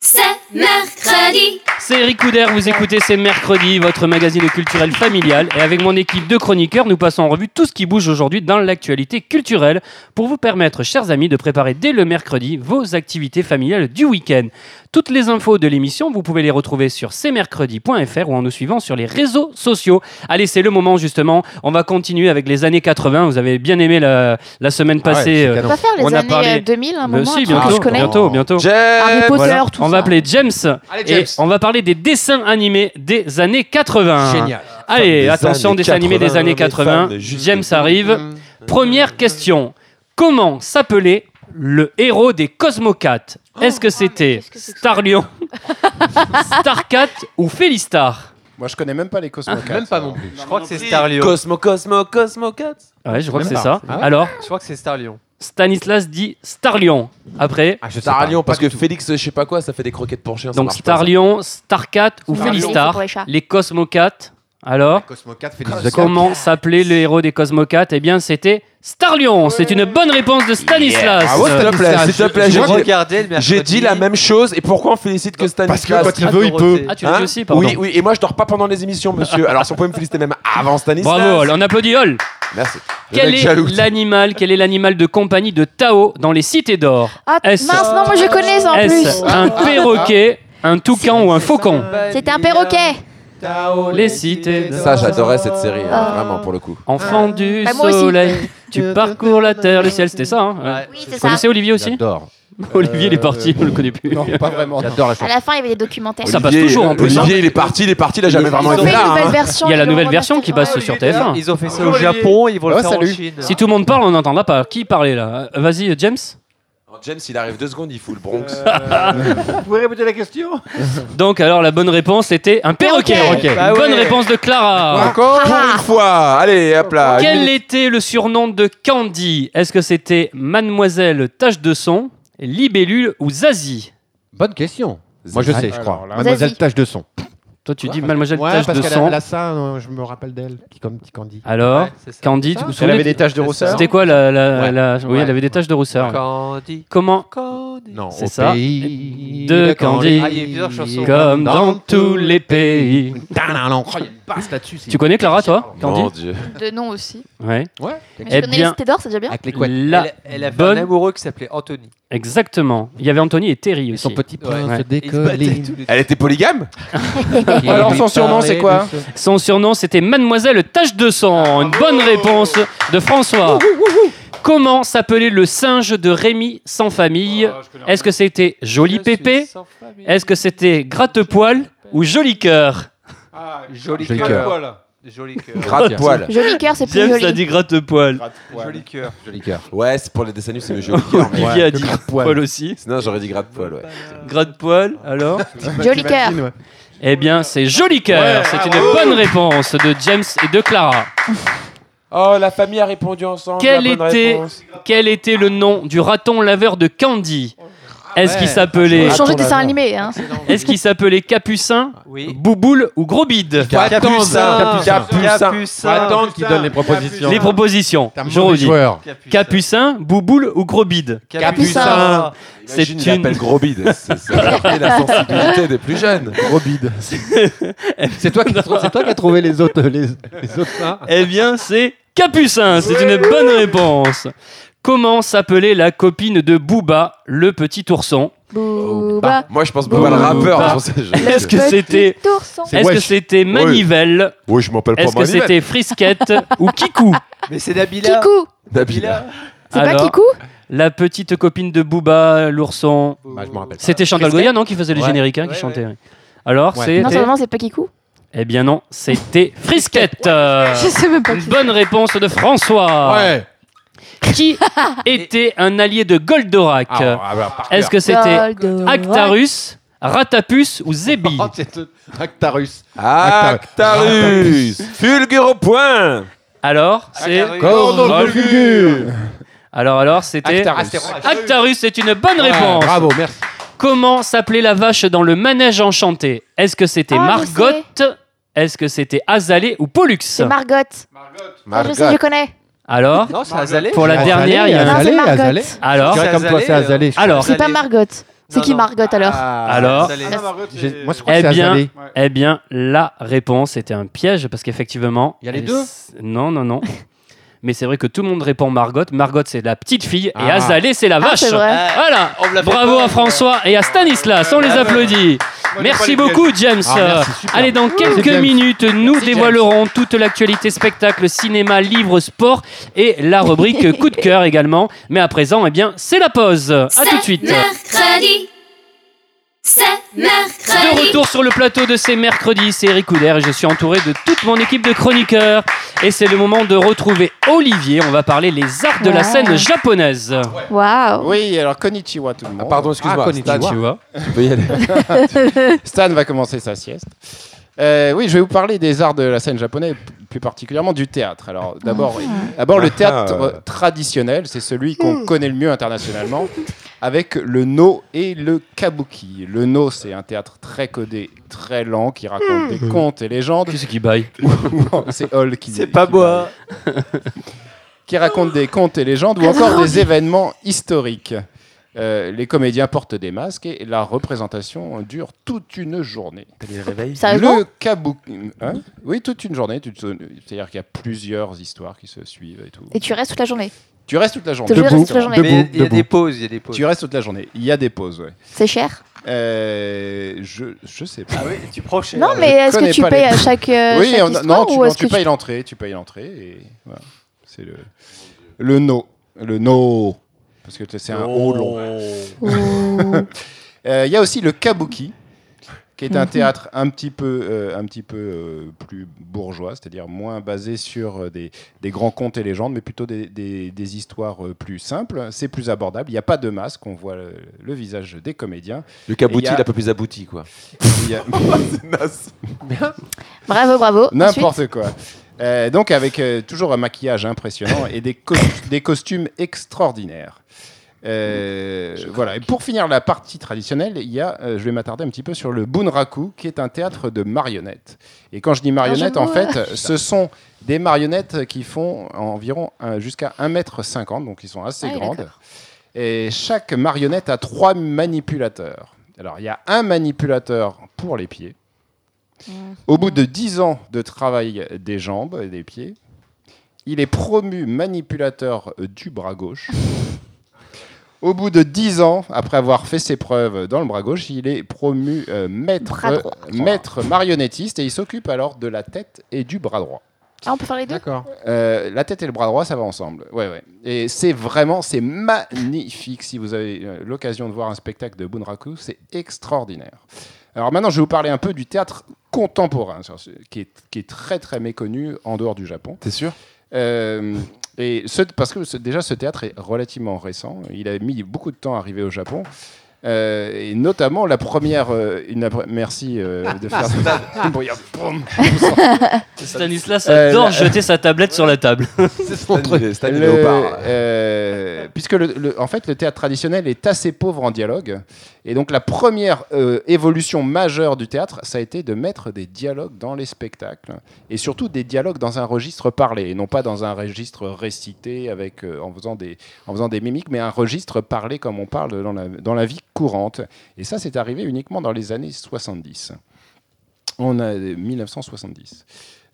[SPEAKER 2] C'est mercredi.
[SPEAKER 3] C'est Eric Couder, vous écoutez C'est Mercredi, votre magazine culturel familial. Et avec mon équipe de chroniqueurs, nous passons en revue tout ce qui bouge aujourd'hui dans l'actualité culturelle pour vous permettre, chers amis, de préparer dès le mercredi vos activités familiales du week-end. Toutes les infos de l'émission, vous pouvez les retrouver sur cmercredi.fr ou en nous suivant sur les réseaux sociaux. Allez, c'est le moment justement. On va continuer avec les années 80. Vous avez bien aimé la, la semaine
[SPEAKER 4] Ah ouais,
[SPEAKER 3] passée.
[SPEAKER 4] c'est
[SPEAKER 3] euh,
[SPEAKER 5] On
[SPEAKER 4] canon.
[SPEAKER 5] va faire les
[SPEAKER 3] On a
[SPEAKER 5] années
[SPEAKER 3] parlé-
[SPEAKER 5] euh, 2000, un moment,
[SPEAKER 3] si,
[SPEAKER 5] un truc que
[SPEAKER 3] bientôt,
[SPEAKER 5] je connais.
[SPEAKER 4] Oh.
[SPEAKER 3] bientôt, bientôt.
[SPEAKER 5] Harry Potter,
[SPEAKER 3] Voilà.
[SPEAKER 5] tout
[SPEAKER 3] On va
[SPEAKER 5] ça.
[SPEAKER 3] appeler James,
[SPEAKER 4] Allez,
[SPEAKER 3] et
[SPEAKER 4] James.
[SPEAKER 3] on va parler des dessins animés des années 80.
[SPEAKER 4] Génial.
[SPEAKER 3] Allez,
[SPEAKER 7] Des
[SPEAKER 3] attention,
[SPEAKER 7] années
[SPEAKER 3] dessin animé des
[SPEAKER 7] 80,
[SPEAKER 3] années
[SPEAKER 7] des
[SPEAKER 3] 80.
[SPEAKER 7] femmes juste-
[SPEAKER 3] James arrive.
[SPEAKER 4] Mm. Mmh.
[SPEAKER 3] Première question. Comment s'appelait le héros des Cosmocats
[SPEAKER 4] Oh.
[SPEAKER 3] Est-ce que c'était
[SPEAKER 5] Ah, qu'est-ce que c'est que ça
[SPEAKER 3] Starlion, Starcat ou Félistar
[SPEAKER 8] Moi, je connais Ah, même pas les Cosmocates.
[SPEAKER 4] Même pas non plus.
[SPEAKER 6] Je crois que c'est Starlion.
[SPEAKER 7] Cosmo, Cosmo, Cosmo Cats.
[SPEAKER 3] Ouais, je crois que
[SPEAKER 4] Même
[SPEAKER 3] c'est
[SPEAKER 4] pas.
[SPEAKER 3] ça.
[SPEAKER 4] Ah ouais
[SPEAKER 3] Alors,
[SPEAKER 6] Je crois que c'est Starlion.
[SPEAKER 3] Stanislas dit Starlion. Après,
[SPEAKER 4] Ah, je sais pas.
[SPEAKER 7] Starlion, parce que Félix, je sais pas quoi, ça fait des croquettes pour chien. ça
[SPEAKER 3] donc
[SPEAKER 7] marche pas, ça.
[SPEAKER 3] Starlion, Starcat ou
[SPEAKER 5] Starlion, c'est
[SPEAKER 3] Félistar.
[SPEAKER 5] pour les chats.
[SPEAKER 3] Les Cosmocats. Alors,
[SPEAKER 4] Cosmo 4 fait des
[SPEAKER 3] comment s'appelait le héros des Cosmocats Eh bien, c'était Star Lyon, c'est une bonne réponse de Stanislas.
[SPEAKER 7] Bravo, Ah s'il te plaît, s'il te plaît.
[SPEAKER 6] J'ai
[SPEAKER 7] j'ai dit-
[SPEAKER 6] regardé le mercredi.
[SPEAKER 7] J'ai dit la même chose et pourquoi on félicite que Stanislas
[SPEAKER 4] Parce que quand il veut, il peut.
[SPEAKER 6] Dorothée.
[SPEAKER 3] Ah, tu l'as
[SPEAKER 7] Hein
[SPEAKER 3] dit aussi, pardon.
[SPEAKER 7] Oui, oui, et moi je dors pas pendant les émissions, monsieur. Alors si on peut me féliciter même avant Stanislas.
[SPEAKER 3] Bravo, alors, on applaudit Hall.
[SPEAKER 7] Merci. Le
[SPEAKER 3] Quel
[SPEAKER 7] mec
[SPEAKER 3] est
[SPEAKER 7] jaloux.
[SPEAKER 3] l'animal Quel est l'animal de compagnie de Tao dans les cités d'or
[SPEAKER 5] Ah,
[SPEAKER 3] S.
[SPEAKER 5] mince, non, moi je connais ça en
[SPEAKER 3] Est-ce
[SPEAKER 5] plus. Ah.
[SPEAKER 3] un perroquet, un toucan ou un faucon
[SPEAKER 5] C'était un perroquet.
[SPEAKER 3] Les cités d'or.
[SPEAKER 7] Ça, j'adorais cette série, hein,
[SPEAKER 5] Oh.
[SPEAKER 6] Euh,
[SPEAKER 7] vraiment pour le coup.
[SPEAKER 3] Enfant du
[SPEAKER 5] Bah, moi aussi.
[SPEAKER 3] soleil, tu parcours la terre, le ciel, c'était ça. Hein
[SPEAKER 6] Ouais.
[SPEAKER 5] Oui, c'est
[SPEAKER 3] Vous
[SPEAKER 5] ça.
[SPEAKER 3] connaissez Olivier aussi
[SPEAKER 4] J'adore.
[SPEAKER 3] Olivier, il est parti,
[SPEAKER 8] euh,
[SPEAKER 3] on le connaît plus.
[SPEAKER 8] Non, pas vraiment.
[SPEAKER 4] J'adore la
[SPEAKER 5] À
[SPEAKER 4] chanson.
[SPEAKER 5] la fin, il y avait des documentaires.
[SPEAKER 3] Ça passe toujours, en plus, hein.
[SPEAKER 7] Olivier, il est parti, il est parti, il a jamais vraiment
[SPEAKER 5] Ils ont
[SPEAKER 7] été
[SPEAKER 5] fait une
[SPEAKER 7] là.
[SPEAKER 5] nouvelle
[SPEAKER 7] hein.
[SPEAKER 5] version.
[SPEAKER 3] Il y a la
[SPEAKER 5] ils l'ont
[SPEAKER 3] nouvelle version
[SPEAKER 5] remaster-
[SPEAKER 3] qui passe
[SPEAKER 5] Ouais.
[SPEAKER 3] sur TF1.
[SPEAKER 6] Ils ont fait ça au Japon, ils vont le
[SPEAKER 8] Ouais,
[SPEAKER 6] faire en
[SPEAKER 8] salut.
[SPEAKER 6] Chine.
[SPEAKER 3] Si tout le monde parle, on n'entend là pas. Qui parlait là Euh, Vas-y, euh, James.
[SPEAKER 7] hein. James, il arrive deux secondes, il fout le Bronx.
[SPEAKER 6] Vous pouvez répéter la question
[SPEAKER 3] Donc, alors, la bonne réponse était un perroquet.
[SPEAKER 5] Perroquet.
[SPEAKER 3] Une
[SPEAKER 6] Bah ouais.
[SPEAKER 3] Bonne réponse de Clara.
[SPEAKER 7] Ah. Encore une fois. Allez, hop là.
[SPEAKER 3] Quel était le surnom de Candy Est-ce que c'était Mademoiselle Tache de Son, Libellule ou Zazie
[SPEAKER 4] Bonne question. Moi, je sais, je crois.
[SPEAKER 8] Alors là.
[SPEAKER 4] Mademoiselle
[SPEAKER 5] Zazie.
[SPEAKER 4] Tache de son.
[SPEAKER 3] Toi, tu
[SPEAKER 4] Ouais,
[SPEAKER 3] dis Mademoiselle
[SPEAKER 4] Ouais,
[SPEAKER 3] Tache
[SPEAKER 4] parce
[SPEAKER 3] de
[SPEAKER 4] qu'elle
[SPEAKER 3] Son.
[SPEAKER 4] a- elle a ça, euh, je me rappelle d'elle, qui- comme petit Candy.
[SPEAKER 3] Alors, Candy, tu vous
[SPEAKER 8] Elle avait
[SPEAKER 3] souvenez
[SPEAKER 8] des taches de
[SPEAKER 6] Ah, C'est
[SPEAKER 8] rousseur.
[SPEAKER 3] C'était quoi la. la-
[SPEAKER 7] Ouais.
[SPEAKER 3] la- Oui,
[SPEAKER 7] Ouais.
[SPEAKER 3] elle avait des taches de rousseur.
[SPEAKER 6] Candy,
[SPEAKER 3] Comment
[SPEAKER 6] Candy.
[SPEAKER 4] Non,
[SPEAKER 3] C'est
[SPEAKER 4] au
[SPEAKER 3] ça.
[SPEAKER 4] pays
[SPEAKER 3] De Candy.
[SPEAKER 6] Ah, il y a plusieurs chansons.
[SPEAKER 3] Comme dans tous les pays.
[SPEAKER 4] Putain, non, il y a une passe là-dessus. c'est-
[SPEAKER 3] Tu connais Clara, toi
[SPEAKER 7] Mon
[SPEAKER 3] Candy
[SPEAKER 7] Dieu.
[SPEAKER 5] De nom aussi.
[SPEAKER 3] Ouais.
[SPEAKER 4] Ouais.
[SPEAKER 3] Eh
[SPEAKER 5] Mais je connais
[SPEAKER 3] bien-
[SPEAKER 5] les Cités d'Or, c'est déjà bien.
[SPEAKER 4] Avec les couettes.
[SPEAKER 3] La
[SPEAKER 6] Elle, elle avait
[SPEAKER 3] bonne-
[SPEAKER 6] un amoureux qui s'appelait Anthony.
[SPEAKER 3] Exactement. Il y avait Anthony et Terry aussi.
[SPEAKER 4] Son petit prince
[SPEAKER 3] Ouais.
[SPEAKER 4] des
[SPEAKER 6] Ils se battaient
[SPEAKER 4] collines.
[SPEAKER 6] tous les deux.
[SPEAKER 7] Elle était polygame
[SPEAKER 8] Alors, son surnom, c'est quoi
[SPEAKER 3] Son surnom, c'était Mademoiselle Tache de Sang. Une bonne réponse de François. Comment s'appelait le singe de Rémi sans famille Est-ce que c'était Joli
[SPEAKER 6] Je suis
[SPEAKER 3] Pépé
[SPEAKER 6] sans famille.
[SPEAKER 3] Est-ce que c'était Gratte-Poil ou Joli Cœur
[SPEAKER 6] Joli
[SPEAKER 4] Joli
[SPEAKER 6] cœur.
[SPEAKER 4] cœur.
[SPEAKER 6] Voilà. Ah, Joli cœur.
[SPEAKER 7] Gratte poil.
[SPEAKER 5] Joli cœur, c'est plus
[SPEAKER 3] James a
[SPEAKER 5] joli.
[SPEAKER 3] dit Gratte-Poil.
[SPEAKER 6] Joli cœur.
[SPEAKER 4] Joli cœur.
[SPEAKER 7] Ouais, c'est pour les dessins animés, c'est le jeu.
[SPEAKER 3] Olivier a dit Gratte-Poil aussi.
[SPEAKER 7] hein. Sinon, j'aurais dit gratte poil, ouais.
[SPEAKER 3] Gratte-Poil, alors
[SPEAKER 5] Joli cœur.
[SPEAKER 3] Eh bien, c'est Joli Cœur. C'est une bonne réponse de James et de Clara.
[SPEAKER 7] Oh, la famille a répondu ensemble.
[SPEAKER 3] Quel
[SPEAKER 7] la bonne
[SPEAKER 3] était,
[SPEAKER 7] réponse.
[SPEAKER 3] quel était le nom du raton laveur de Candy Est-ce qu'il
[SPEAKER 6] ouais.
[SPEAKER 3] s'appelait
[SPEAKER 5] Faut changer de dessin animé. Hein.
[SPEAKER 3] est-ce qu'il s'appelait Capucin,
[SPEAKER 6] Oui.
[SPEAKER 3] Bouboule ou Gros Bide
[SPEAKER 7] Faut attendre,
[SPEAKER 6] Capucin.
[SPEAKER 7] Capucin.
[SPEAKER 4] Faut attendre qu'il donne les propositions.
[SPEAKER 3] Les propositions, je redis.
[SPEAKER 4] joueur.
[SPEAKER 3] Capucin, Bouboule ou Gros Bide
[SPEAKER 4] Capucin.
[SPEAKER 7] C'est
[SPEAKER 3] C'est
[SPEAKER 7] une
[SPEAKER 3] une-
[SPEAKER 7] appelle gros bide. C'est c'est heurter la sensibilité des plus jeunes.
[SPEAKER 4] Gros bide. C'est toi, qui- c'est toi qui as trouvé les autres, les, les autres seins.
[SPEAKER 3] Eh bien, c'est Capucin, c'est une bonne réponse. Comment s'appelait la copine de Booba, le petit ourson
[SPEAKER 5] Booba.
[SPEAKER 7] Moi, je pense pas mal rappeur. je pense- je-
[SPEAKER 3] Est-ce que
[SPEAKER 5] Petit
[SPEAKER 3] c'était
[SPEAKER 5] ourson.
[SPEAKER 3] est-ce que
[SPEAKER 4] Wesh.
[SPEAKER 3] c'était Manivelle
[SPEAKER 7] Oui, je m'appelle pas
[SPEAKER 3] Est-ce que
[SPEAKER 7] Manuel.
[SPEAKER 3] c'était Frisquette ou Kikou
[SPEAKER 6] Mais c'est Nabila.
[SPEAKER 5] Kikou.
[SPEAKER 7] Nabila.
[SPEAKER 5] C'est pas
[SPEAKER 3] Alors,
[SPEAKER 5] Kikou
[SPEAKER 3] La petite copine de Booba, l'ourson.
[SPEAKER 4] Bah, je m'en rappelle.
[SPEAKER 3] C'était Chantal Goya, non, qui faisait les
[SPEAKER 4] Ouais.
[SPEAKER 3] génériques, hein, qui
[SPEAKER 6] Ouais,
[SPEAKER 3] chantait. ouais. Alors,
[SPEAKER 4] Ouais.
[SPEAKER 5] Non,
[SPEAKER 3] c'était.
[SPEAKER 5] seulement c'est pas Kikou.
[SPEAKER 3] Eh bien, non, c'était Frisquette. euh,
[SPEAKER 5] Je sais même pas
[SPEAKER 3] Une
[SPEAKER 5] qui.
[SPEAKER 3] bonne réponse de François.
[SPEAKER 4] Ouais.
[SPEAKER 3] Qui était un allié de Goldorak
[SPEAKER 4] Ah, ah, bah, par
[SPEAKER 3] Est-ce
[SPEAKER 4] cœur.
[SPEAKER 3] que c'était
[SPEAKER 5] Goldorak.
[SPEAKER 3] Actarus, Ratapus ou Zébi
[SPEAKER 4] Oh, c'est tout. Actarus.
[SPEAKER 7] Ah, Actarus. Fulgure au point.
[SPEAKER 3] Alors,
[SPEAKER 5] Ah,
[SPEAKER 3] c'est.
[SPEAKER 6] Actarus.
[SPEAKER 4] Cordon de fulgure.
[SPEAKER 3] Alors, alors, c'était.
[SPEAKER 6] Ah,
[SPEAKER 4] Actarus.
[SPEAKER 6] c'est vrai.
[SPEAKER 3] Actarus, c'est une bonne réponse.
[SPEAKER 4] Ouais, Bravo, merci.
[SPEAKER 3] Comment s'appelait la vache dans le manège enchanté Est-ce que c'était
[SPEAKER 5] Ah, je
[SPEAKER 3] Margot Est-ce que c'était Azalée ou Pollux
[SPEAKER 5] C'est Margot. Ah, Je sais, je connais.
[SPEAKER 3] Alors,
[SPEAKER 6] Non, c'est Azalée.
[SPEAKER 3] pour la
[SPEAKER 4] Azalée,
[SPEAKER 3] dernière, Ah, il y a un...
[SPEAKER 5] Non, c'est
[SPEAKER 4] Azalée,
[SPEAKER 5] Margot.
[SPEAKER 4] Azalée. Je
[SPEAKER 3] Alors,
[SPEAKER 4] dirais comme toi,
[SPEAKER 6] Azalée,
[SPEAKER 4] c'est Azalée. je
[SPEAKER 3] alors,
[SPEAKER 5] C'est pas
[SPEAKER 6] Azalée.
[SPEAKER 5] Margot.
[SPEAKER 8] Ah,
[SPEAKER 5] C'est
[SPEAKER 6] Non,
[SPEAKER 5] qui
[SPEAKER 6] non. Ah,
[SPEAKER 5] Margot alors
[SPEAKER 3] alors,
[SPEAKER 6] Azalée.
[SPEAKER 4] J'ai- Moi, je crois
[SPEAKER 3] eh
[SPEAKER 4] que c'est
[SPEAKER 3] bien,
[SPEAKER 4] Azalée.
[SPEAKER 3] eh bien, la réponse était un piège parce qu'effectivement,
[SPEAKER 4] Il y a les
[SPEAKER 3] elle-
[SPEAKER 4] deux
[SPEAKER 3] Non, non, non. Mais c'est vrai que tout le monde répond Margot. Margot, c'est la petite fille et
[SPEAKER 4] Ah. Oh,
[SPEAKER 3] Azalée, c'est la
[SPEAKER 5] Ah,
[SPEAKER 3] vache.
[SPEAKER 5] c'est vrai.
[SPEAKER 3] voilà.
[SPEAKER 6] On me l'a fait
[SPEAKER 3] Bravo
[SPEAKER 6] peur.
[SPEAKER 3] à François et à Stanislas. On les applaudit. Merci beaucoup, James. Euh,
[SPEAKER 4] Ah, merci, super.
[SPEAKER 3] Allez, dans quelques
[SPEAKER 4] James.
[SPEAKER 3] minutes, nous
[SPEAKER 6] James.
[SPEAKER 3] dévoilerons toute l'actualité spectacle, cinéma, livre, sport et la rubrique coup de cœur également. Mais à présent, eh bien, c'est la pause. À tout de suite.
[SPEAKER 2] Mercredi. C'est mercredi.
[SPEAKER 3] De retour sur le plateau de ces mercredis, c'est Eric Couder et je suis entouré de toute mon équipe de chroniqueurs. Et c'est le moment de retrouver Olivier. On va parler les arts de la
[SPEAKER 5] Ouais.
[SPEAKER 3] scène japonaise.
[SPEAKER 8] Ah.
[SPEAKER 5] Waouh.
[SPEAKER 8] Oui, alors konnichiwa tout le monde.
[SPEAKER 7] Pardon,
[SPEAKER 4] Ah,
[SPEAKER 7] excuse-moi. Stan,
[SPEAKER 4] konnichiwa.
[SPEAKER 7] tu peux y aller.
[SPEAKER 8] Stan va commencer sa sieste. Euh, oui, je vais vous parler des arts de la scène japonaise, p- plus particulièrement du théâtre. Alors d'abord, d'abord le théâtre euh,
[SPEAKER 7] Ah.
[SPEAKER 8] traditionnel, c'est celui qu'on connaît le mieux internationalement, avec le no et le kabuki. Le no, c'est un théâtre très codé, très lent, qui raconte des contes et légendes.
[SPEAKER 3] Qui c'est qui baille
[SPEAKER 8] c'est Hall qui.
[SPEAKER 6] C'est pas
[SPEAKER 8] qui
[SPEAKER 6] moi.
[SPEAKER 8] qui raconte des contes et légendes ou encore des événements historiques. Euh, les comédiens portent des masques et la représentation dure toute une journée.
[SPEAKER 7] Les réveils.
[SPEAKER 5] Sérieusement
[SPEAKER 8] Le kabuki. hein oui, toute une journée. toute une- C'est-à-dire qu'il y a plusieurs histoires qui se suivent et tout.
[SPEAKER 5] Et tu restes toute la journée.
[SPEAKER 8] Tu restes toute la journée.
[SPEAKER 5] T'es obligé de rester toute la journée.
[SPEAKER 6] Mais il y a des pauses, il y a des pauses.
[SPEAKER 8] Tu restes toute la journée. Il y a des pauses, ouais.
[SPEAKER 5] C'est cher.
[SPEAKER 8] Euh, je, je sais pas.
[SPEAKER 6] Ah oui, tu prends chez
[SPEAKER 5] Non, mais est-ce
[SPEAKER 8] Oh, connais
[SPEAKER 5] que tu
[SPEAKER 8] pas
[SPEAKER 5] payes
[SPEAKER 8] les-
[SPEAKER 5] à chaque. euh,
[SPEAKER 8] oui,
[SPEAKER 5] chaque
[SPEAKER 8] on-
[SPEAKER 5] histoire,
[SPEAKER 8] non, tu,
[SPEAKER 5] ou
[SPEAKER 8] non,
[SPEAKER 5] est-ce
[SPEAKER 8] tu
[SPEAKER 5] que
[SPEAKER 8] payes l'entrée, tu payes l'entrée et voilà. C'est le le no, le no parce que c'est un
[SPEAKER 7] Oh,
[SPEAKER 8] O long.
[SPEAKER 5] Ouh.
[SPEAKER 8] Euh, Il y a aussi le kabuki, qui est un
[SPEAKER 5] Mhm.
[SPEAKER 8] théâtre un petit peu, euh, un petit peu euh, plus bourgeois, c'est-à-dire moins basé sur euh, des, des grands contes et légendes, mais plutôt des, des- des histoires euh, plus simples. C'est plus abordable. Il n'y a pas de masque, on voit le, le visage des comédiens.
[SPEAKER 7] Le cabouti,
[SPEAKER 8] Et y a-
[SPEAKER 7] il est un peu plus abouti, quoi.
[SPEAKER 8] Il y a-
[SPEAKER 5] Bravo, bravo. Ensuite,
[SPEAKER 8] N'importe quoi. Euh, donc avec euh, toujours un maquillage impressionnant et des, cos- des costumes extraordinaires. Euh, voilà. Et pour finir la partie traditionnelle, il y a, euh, je vais m'attarder un petit peu sur le Bunraku, qui est un théâtre de marionnettes. Et quand je dis marionnettes, en
[SPEAKER 5] j'aime bien.
[SPEAKER 8] fait, ce sont des marionnettes qui font environ un- jusqu'à 1,50 m, donc ils sont assez
[SPEAKER 5] Ah oui,
[SPEAKER 8] grandes.
[SPEAKER 5] d'accord.
[SPEAKER 8] Et chaque marionnette a trois manipulateurs. Alors, il y a un manipulateur pour les pieds. Au bout de 10 ans de travail des jambes et des pieds, il est promu manipulateur du bras gauche. Au bout de 10 ans, après avoir fait ses preuves dans le bras gauche, il est promu euh, maître,
[SPEAKER 5] Bras droit.
[SPEAKER 8] maître marionnettiste et il s'occupe alors de la tête et du bras droit.
[SPEAKER 5] Ah, on peut faire les deux
[SPEAKER 4] D'accord.
[SPEAKER 8] Euh, la tête et le bras droit, ça va ensemble. Ouais, ouais. Et c'est vraiment, c'est magnifique. Si vous avez euh, l'occasion de voir un spectacle de Bunraku, c'est extraordinaire. Alors maintenant, je vais vous parler un peu du théâtre contemporain, sur ce- qui est, qui est très très méconnu en dehors du Japon.
[SPEAKER 7] T'es sûr
[SPEAKER 8] Euh, et ce- parce que ce- déjà, ce théâtre est relativement récent. Il a mis beaucoup de temps à arriver au Japon. Euh, et notamment la première. euh, une, appre- merci euh, de faire. Boum.
[SPEAKER 3] Stanislas
[SPEAKER 8] Euh,
[SPEAKER 3] adore
[SPEAKER 8] la-
[SPEAKER 3] jeter sa tablette sur la table.
[SPEAKER 7] C'est son truc.
[SPEAKER 8] Le- euh, puisque le- le- en fait le théâtre traditionnel est assez pauvre en dialogue et donc la première euh, évolution majeure du théâtre ça a été de mettre des dialogues dans les spectacles et surtout des dialogues dans un registre parlé et non pas dans un registre récité avec euh, en faisant des en faisant des mimiques mais un registre parlé comme on parle dans la, dans la vie courante et ça c'est arrivé uniquement dans les années 70 on a 1970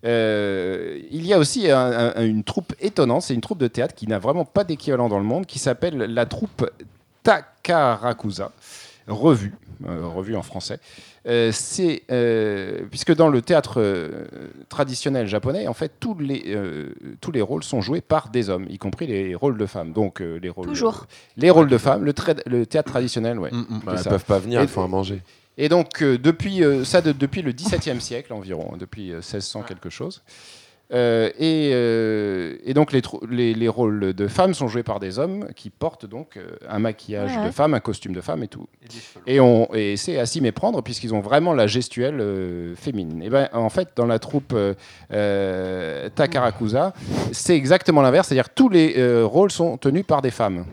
[SPEAKER 8] euh, il y a aussi un- un- une troupe étonnante, c'est une troupe de théâtre qui n'a vraiment pas d'équivalent dans le monde, qui s'appelle la troupe Takarakusa, revue, euh, revue en français. Euh, c'est euh, puisque dans le théâtre euh, traditionnel japonais, en fait, tous les euh, tous les rôles sont joués par des hommes, y compris les rôles de femmes. Donc euh, les rôles
[SPEAKER 5] Toujours.
[SPEAKER 8] les rôles de femmes, le, trai- le théâtre traditionnel, ouais.
[SPEAKER 4] Mm,
[SPEAKER 7] Bah,
[SPEAKER 8] C'est
[SPEAKER 7] ils
[SPEAKER 8] ça.
[SPEAKER 7] peuvent pas venir,
[SPEAKER 8] Et-
[SPEAKER 7] il faut à manger.
[SPEAKER 8] Et donc, euh, depuis, euh, ça, de- depuis le XVIIe siècle environ, hein, depuis euh, 1600 quelque chose. Euh, et, euh, et donc, les, trou- les, les rôles de femmes sont joués par des hommes qui portent donc euh, un maquillage
[SPEAKER 5] Ouais,
[SPEAKER 8] de
[SPEAKER 5] ouais.
[SPEAKER 8] femme, un costume de femme et tout. Et, on, et c'est à s'y méprendre puisqu'ils ont vraiment la gestuelle euh, féminine. Et ben, en fait, dans la troupe euh, euh, Takarakusa, c'est exactement l'inverse, c'est-à-dire que tous les euh, rôles sont tenus par des femmes.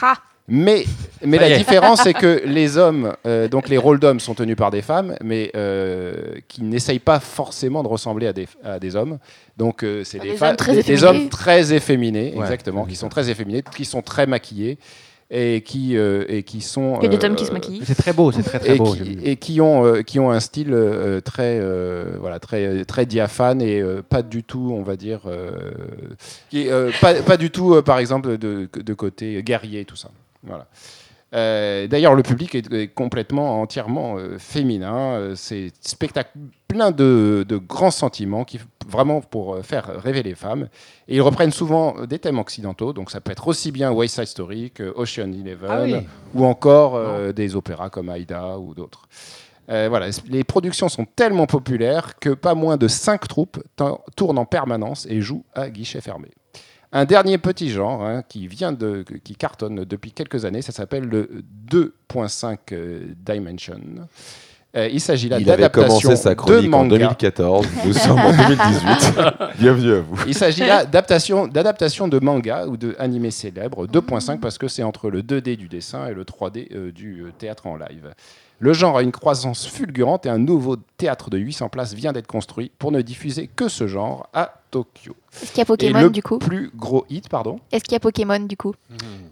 [SPEAKER 5] Ah,
[SPEAKER 8] Mais, mais
[SPEAKER 4] Ça y
[SPEAKER 8] la
[SPEAKER 4] est.
[SPEAKER 8] différence, c'est que les hommes, euh, donc les rôles d'hommes sont tenus par des femmes, mais euh, qui n'essayent pas forcément de ressembler à des, à des hommes. Donc, euh, c'est des,
[SPEAKER 5] Ah, Des
[SPEAKER 8] fa-
[SPEAKER 5] hommes très
[SPEAKER 8] des- des
[SPEAKER 5] efféminés.
[SPEAKER 8] hommes très efféminés,
[SPEAKER 4] Ouais.
[SPEAKER 8] exactement, qui sont très efféminés, qui sont très maquillés et qui, euh, et qui sont.
[SPEAKER 5] il y a des
[SPEAKER 8] euh,
[SPEAKER 5] hommes qui se maquillent.
[SPEAKER 4] C'est très beau, c'est très très
[SPEAKER 8] et,
[SPEAKER 4] beau.
[SPEAKER 8] qui, et qui ont euh, qui ont un style euh, très euh, voilà très très diaphane et euh, pas du tout on va dire euh, qui, euh, pas, pas du tout euh, par exemple de, de côté guerrier tout ça voilà Euh, D'ailleurs, le public est, est complètement, entièrement euh, féminin. Euh, C'est spectacle plein de, de grands sentiments, qui vraiment pour euh, faire rêver les femmes. Et ils reprennent souvent euh, des thèmes occidentaux, donc ça peut être aussi bien West Side Story que Ocean Eleven,
[SPEAKER 4] Ah oui. Ah.
[SPEAKER 8] ou encore euh, des opéras comme Aïda ou d'autres. Euh, voilà, les productions sont tellement populaires que pas moins de cinq troupes ten- tournent en permanence et jouent à guichet fermé. Un dernier petit genre hein, qui vient de, qui cartonne depuis quelques années, ça s'appelle le 2.5 euh, Dimension. Euh, il s'agit là
[SPEAKER 7] Il avait
[SPEAKER 8] d'adaptation
[SPEAKER 7] commencé sa
[SPEAKER 8] de
[SPEAKER 7] chronique en
[SPEAKER 8] manga.
[SPEAKER 7] 2014, nous sommes en 2018. Bienvenue à vous.
[SPEAKER 8] Il s'agit là d'adaptation, d'adaptation de manga ou de animé
[SPEAKER 5] Oh.
[SPEAKER 8] célèbre 2.5 parce que c'est entre le 2D du dessin et le 3D euh, du euh, théâtre en live. Le genre a une croissance fulgurante et un nouveau théâtre de 800 places vient d'être construit pour ne diffuser que ce genre à Tokyo.
[SPEAKER 5] Est-ce qu'il y a
[SPEAKER 8] Et
[SPEAKER 5] Pokémon
[SPEAKER 8] le
[SPEAKER 5] du coup
[SPEAKER 8] plus gros hit, pardon
[SPEAKER 5] Est-ce qu'il y a Pokémon du coup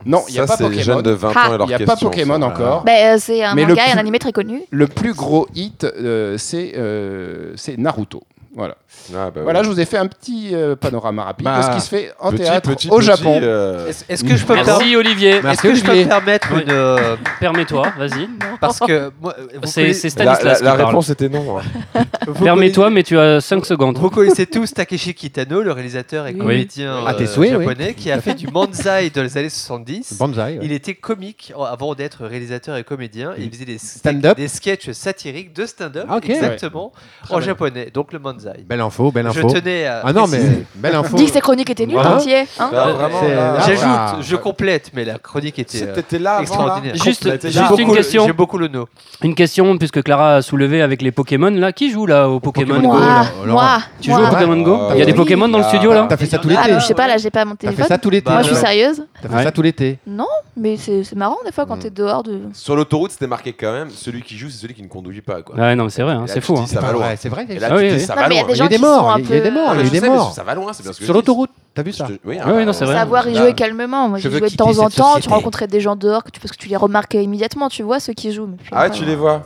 [SPEAKER 8] Non, il n'y a
[SPEAKER 7] Ça,
[SPEAKER 8] pas
[SPEAKER 7] c'est les
[SPEAKER 8] Pokémon.
[SPEAKER 7] jeunes de 20
[SPEAKER 5] Ah,
[SPEAKER 7] ans et leurs
[SPEAKER 8] Il y a pas
[SPEAKER 7] questions,
[SPEAKER 8] Pokémon
[SPEAKER 7] ça.
[SPEAKER 8] encore.
[SPEAKER 5] Bah, euh, C'est un
[SPEAKER 8] Ah. Mais le
[SPEAKER 5] manga et
[SPEAKER 8] plus-
[SPEAKER 5] un animé très connu.
[SPEAKER 8] Le plus gros hit, euh, c'est euh, c'est Naruto. Voilà.
[SPEAKER 7] Ah, bah,
[SPEAKER 8] voilà,
[SPEAKER 7] ouais.
[SPEAKER 8] je vous ai fait un petit euh, panorama rapide
[SPEAKER 4] Bah,
[SPEAKER 8] de ce qui se fait en
[SPEAKER 7] Petit,
[SPEAKER 8] théâtre
[SPEAKER 7] petit,
[SPEAKER 8] au
[SPEAKER 7] petit,
[SPEAKER 8] Japon.
[SPEAKER 7] euh,
[SPEAKER 6] Est-ce est-ce que je peux me permettre-
[SPEAKER 3] Merci Olivier.
[SPEAKER 6] Est-ce que je peux me permettre
[SPEAKER 3] Oui.
[SPEAKER 6] une. euh,
[SPEAKER 3] Permets-toi, vas-y.
[SPEAKER 6] Parce que. moi, euh, vous
[SPEAKER 3] C'est
[SPEAKER 6] connaissez-
[SPEAKER 3] c'est
[SPEAKER 7] La, la-
[SPEAKER 3] Stanislas
[SPEAKER 7] la
[SPEAKER 3] qui parle.
[SPEAKER 7] réponse était non. hein.
[SPEAKER 6] vous
[SPEAKER 3] Permets-toi, mais tu as 5 secondes.
[SPEAKER 6] Vous connaissez tous Takeshi Kitano, le réalisateur et
[SPEAKER 3] Oui.
[SPEAKER 6] comédien
[SPEAKER 4] Ah, tes
[SPEAKER 6] euh,
[SPEAKER 4] souhaits, oui.
[SPEAKER 6] japonais, qui a fait du manzai dans les années 70.
[SPEAKER 4] Banzai. ouais.
[SPEAKER 6] Il était comique avant d'être réalisateur et comédien. Il faisait des,
[SPEAKER 4] Stand-up.
[SPEAKER 6] des sketchs satiriques de stand-up,
[SPEAKER 4] Ah, ok.
[SPEAKER 6] exactement, en
[SPEAKER 4] bien.
[SPEAKER 6] japonais, donc le manzai.
[SPEAKER 4] Belle info, belle
[SPEAKER 6] Je
[SPEAKER 4] info.
[SPEAKER 6] tenais à.
[SPEAKER 4] Ah non,
[SPEAKER 6] préciser. euh,
[SPEAKER 4] mais belle
[SPEAKER 8] Oh.
[SPEAKER 4] info.
[SPEAKER 5] Dis que ces chroniques étaient nulles,
[SPEAKER 4] Voilà.
[SPEAKER 5] entier. Hein
[SPEAKER 7] Bah, vraiment,
[SPEAKER 4] c'est-
[SPEAKER 7] là,
[SPEAKER 4] Ah,
[SPEAKER 6] J'ajoute,
[SPEAKER 4] bah.
[SPEAKER 6] je complète, mais la chronique était. euh,
[SPEAKER 7] T'étais là avant, là.
[SPEAKER 6] extraordinaire.
[SPEAKER 3] Juste,
[SPEAKER 7] Complète.
[SPEAKER 3] juste
[SPEAKER 7] J'ai
[SPEAKER 3] une
[SPEAKER 6] beaucoup-
[SPEAKER 3] question.
[SPEAKER 6] J'aime beaucoup le no.
[SPEAKER 3] Une question, puisque Clara a soulevé avec les Pokémon, là. Qui joue là au
[SPEAKER 8] Bah,
[SPEAKER 3] Pokémon,
[SPEAKER 4] Pokémon
[SPEAKER 3] Go
[SPEAKER 4] Go.
[SPEAKER 3] là
[SPEAKER 5] moi,
[SPEAKER 4] Laurent.
[SPEAKER 5] moi,
[SPEAKER 3] Tu joues au
[SPEAKER 5] moi.
[SPEAKER 3] Pokémon Go
[SPEAKER 4] Euh,
[SPEAKER 7] Ah,
[SPEAKER 3] Il y a des
[SPEAKER 5] oui.
[SPEAKER 3] Pokémon dans le
[SPEAKER 7] Ah,
[SPEAKER 3] studio
[SPEAKER 7] bah.
[SPEAKER 3] là
[SPEAKER 4] T'as fait ça tout
[SPEAKER 5] Ah,
[SPEAKER 4] l'été.
[SPEAKER 5] bah, je sais pas, là j'ai pas mon
[SPEAKER 4] T'as
[SPEAKER 5] téléphone.
[SPEAKER 4] fait ça tout l'été.
[SPEAKER 5] Moi je suis
[SPEAKER 4] ouais.
[SPEAKER 5] sérieuse.
[SPEAKER 4] T'as fait ça tout l'été.
[SPEAKER 5] Non, mais c'est c'est marrant des fois quand
[SPEAKER 4] Mm.
[SPEAKER 5] t'es dehors de.
[SPEAKER 7] Sur l'autoroute, c'était marqué quand même celui qui joue, c'est celui qui ne conduit pas.
[SPEAKER 4] bah.
[SPEAKER 7] Quoi.
[SPEAKER 3] Ouais, non, mais c'est vrai, hein,
[SPEAKER 7] Et là,
[SPEAKER 3] c'est
[SPEAKER 7] tu
[SPEAKER 3] fou.
[SPEAKER 7] te
[SPEAKER 3] hein.
[SPEAKER 7] dis, ça va
[SPEAKER 4] Pas
[SPEAKER 7] loin.
[SPEAKER 4] vrai, C'est vrai.
[SPEAKER 7] Et
[SPEAKER 4] il y a-
[SPEAKER 7] là,
[SPEAKER 3] Ah
[SPEAKER 7] tu
[SPEAKER 3] oui,
[SPEAKER 7] te dis,
[SPEAKER 3] oui.
[SPEAKER 7] ça
[SPEAKER 5] Non,
[SPEAKER 7] va
[SPEAKER 5] mais il y a
[SPEAKER 7] loin.
[SPEAKER 5] des
[SPEAKER 4] Il y a
[SPEAKER 5] gens
[SPEAKER 4] eu des
[SPEAKER 5] qui sont
[SPEAKER 4] morts,
[SPEAKER 5] un
[SPEAKER 4] il y a eu des
[SPEAKER 5] peu-
[SPEAKER 4] morts,
[SPEAKER 7] Ah,
[SPEAKER 4] il y
[SPEAKER 7] mais
[SPEAKER 4] a
[SPEAKER 7] je
[SPEAKER 4] eu des
[SPEAKER 7] sais, mais
[SPEAKER 4] morts.
[SPEAKER 7] Ça va loin, c'est bien ce que
[SPEAKER 4] Sur
[SPEAKER 7] je dis.
[SPEAKER 4] l'autoroute, t'as vu ça
[SPEAKER 7] Je te- Oui, ah,
[SPEAKER 3] Oui, non,
[SPEAKER 7] bah,
[SPEAKER 3] c'est vrai.
[SPEAKER 5] Savoir y
[SPEAKER 7] Là,
[SPEAKER 5] jouer calmement. Moi,
[SPEAKER 4] Je
[SPEAKER 5] j'y
[SPEAKER 4] veux
[SPEAKER 5] jouais de
[SPEAKER 4] quitter
[SPEAKER 5] temps en
[SPEAKER 4] cette
[SPEAKER 5] temps. Tu
[SPEAKER 4] société.
[SPEAKER 5] rencontrais des gens dehors que tu, parce que tu les remarquais immédiatement. Tu vois ceux qui jouent. mais euh, puis
[SPEAKER 7] Ah,
[SPEAKER 5] après,
[SPEAKER 7] tu les vois.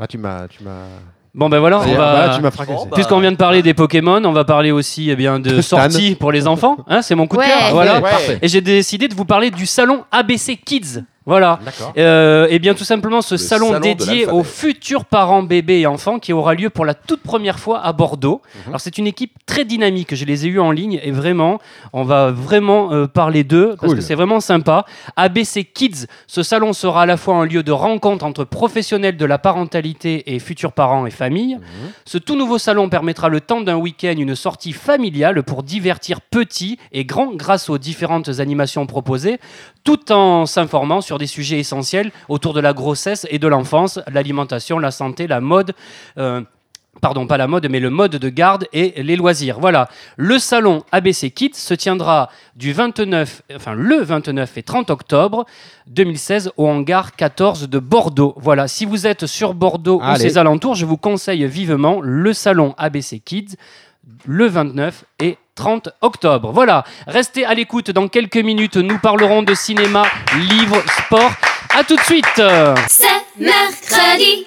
[SPEAKER 4] Ah, tu m'as. Tu m'as.
[SPEAKER 3] Bon, ben voilà,
[SPEAKER 4] Ah,
[SPEAKER 3] on
[SPEAKER 4] bah,
[SPEAKER 3] va.
[SPEAKER 4] tu m'as fracassé.
[SPEAKER 6] Bon, bah,
[SPEAKER 3] Puisqu'on vient de parler des Pokémon, on va parler aussi eh bien, de
[SPEAKER 4] De Stan.
[SPEAKER 3] sorties pour les enfants. Hein, c'est mon coup
[SPEAKER 5] Ouais.
[SPEAKER 3] de cœur. Voilà.
[SPEAKER 8] Ouais.
[SPEAKER 4] Parfait.
[SPEAKER 3] Et j'ai décidé de vous parler du salon ABC Kids. Voilà.
[SPEAKER 4] D'accord.
[SPEAKER 3] Euh, eh bien, tout simplement, ce
[SPEAKER 7] Le
[SPEAKER 3] salon,
[SPEAKER 7] salon de
[SPEAKER 3] dédié
[SPEAKER 7] l'alphabet.
[SPEAKER 3] aux futurs parents bébés et enfants qui aura lieu pour la toute première fois à Bordeaux.
[SPEAKER 7] Mhm.
[SPEAKER 3] Alors, c'est une équipe très dynamique. Je les ai eus en ligne et vraiment, on va vraiment euh, parler d'eux parce que
[SPEAKER 4] Cool.
[SPEAKER 3] c'est vraiment sympa. ABC Kids, ce salon sera à la fois un lieu de rencontre entre professionnels de la parentalité et futurs parents et familles.
[SPEAKER 7] Mhm.
[SPEAKER 3] Ce tout nouveau salon permettra le temps d'un week-end une sortie familiale pour divertir petits et grands grâce aux différentes animations proposées, tout en s'informant sur des sujets essentiels autour de la grossesse et de l'enfance, l'alimentation, la santé, la mode. euh, Pardon, pas la mode, mais le mode de garde et les loisirs. Voilà. Le salon ABC Kids se tiendra du 29, enfin le 29 et 30 octobre 2016 au hangar 14 de Bordeaux. Voilà, si vous êtes sur Bordeaux ou
[SPEAKER 4] Allez.
[SPEAKER 3] ses alentours, je vous conseille vivement le salon ABC Kids le 29 et 30 octobre. Voilà, restez à l'écoute. Dans quelques minutes, nous parlerons de cinéma, livres, sport. À tout de suite.
[SPEAKER 2] C'est mercredi.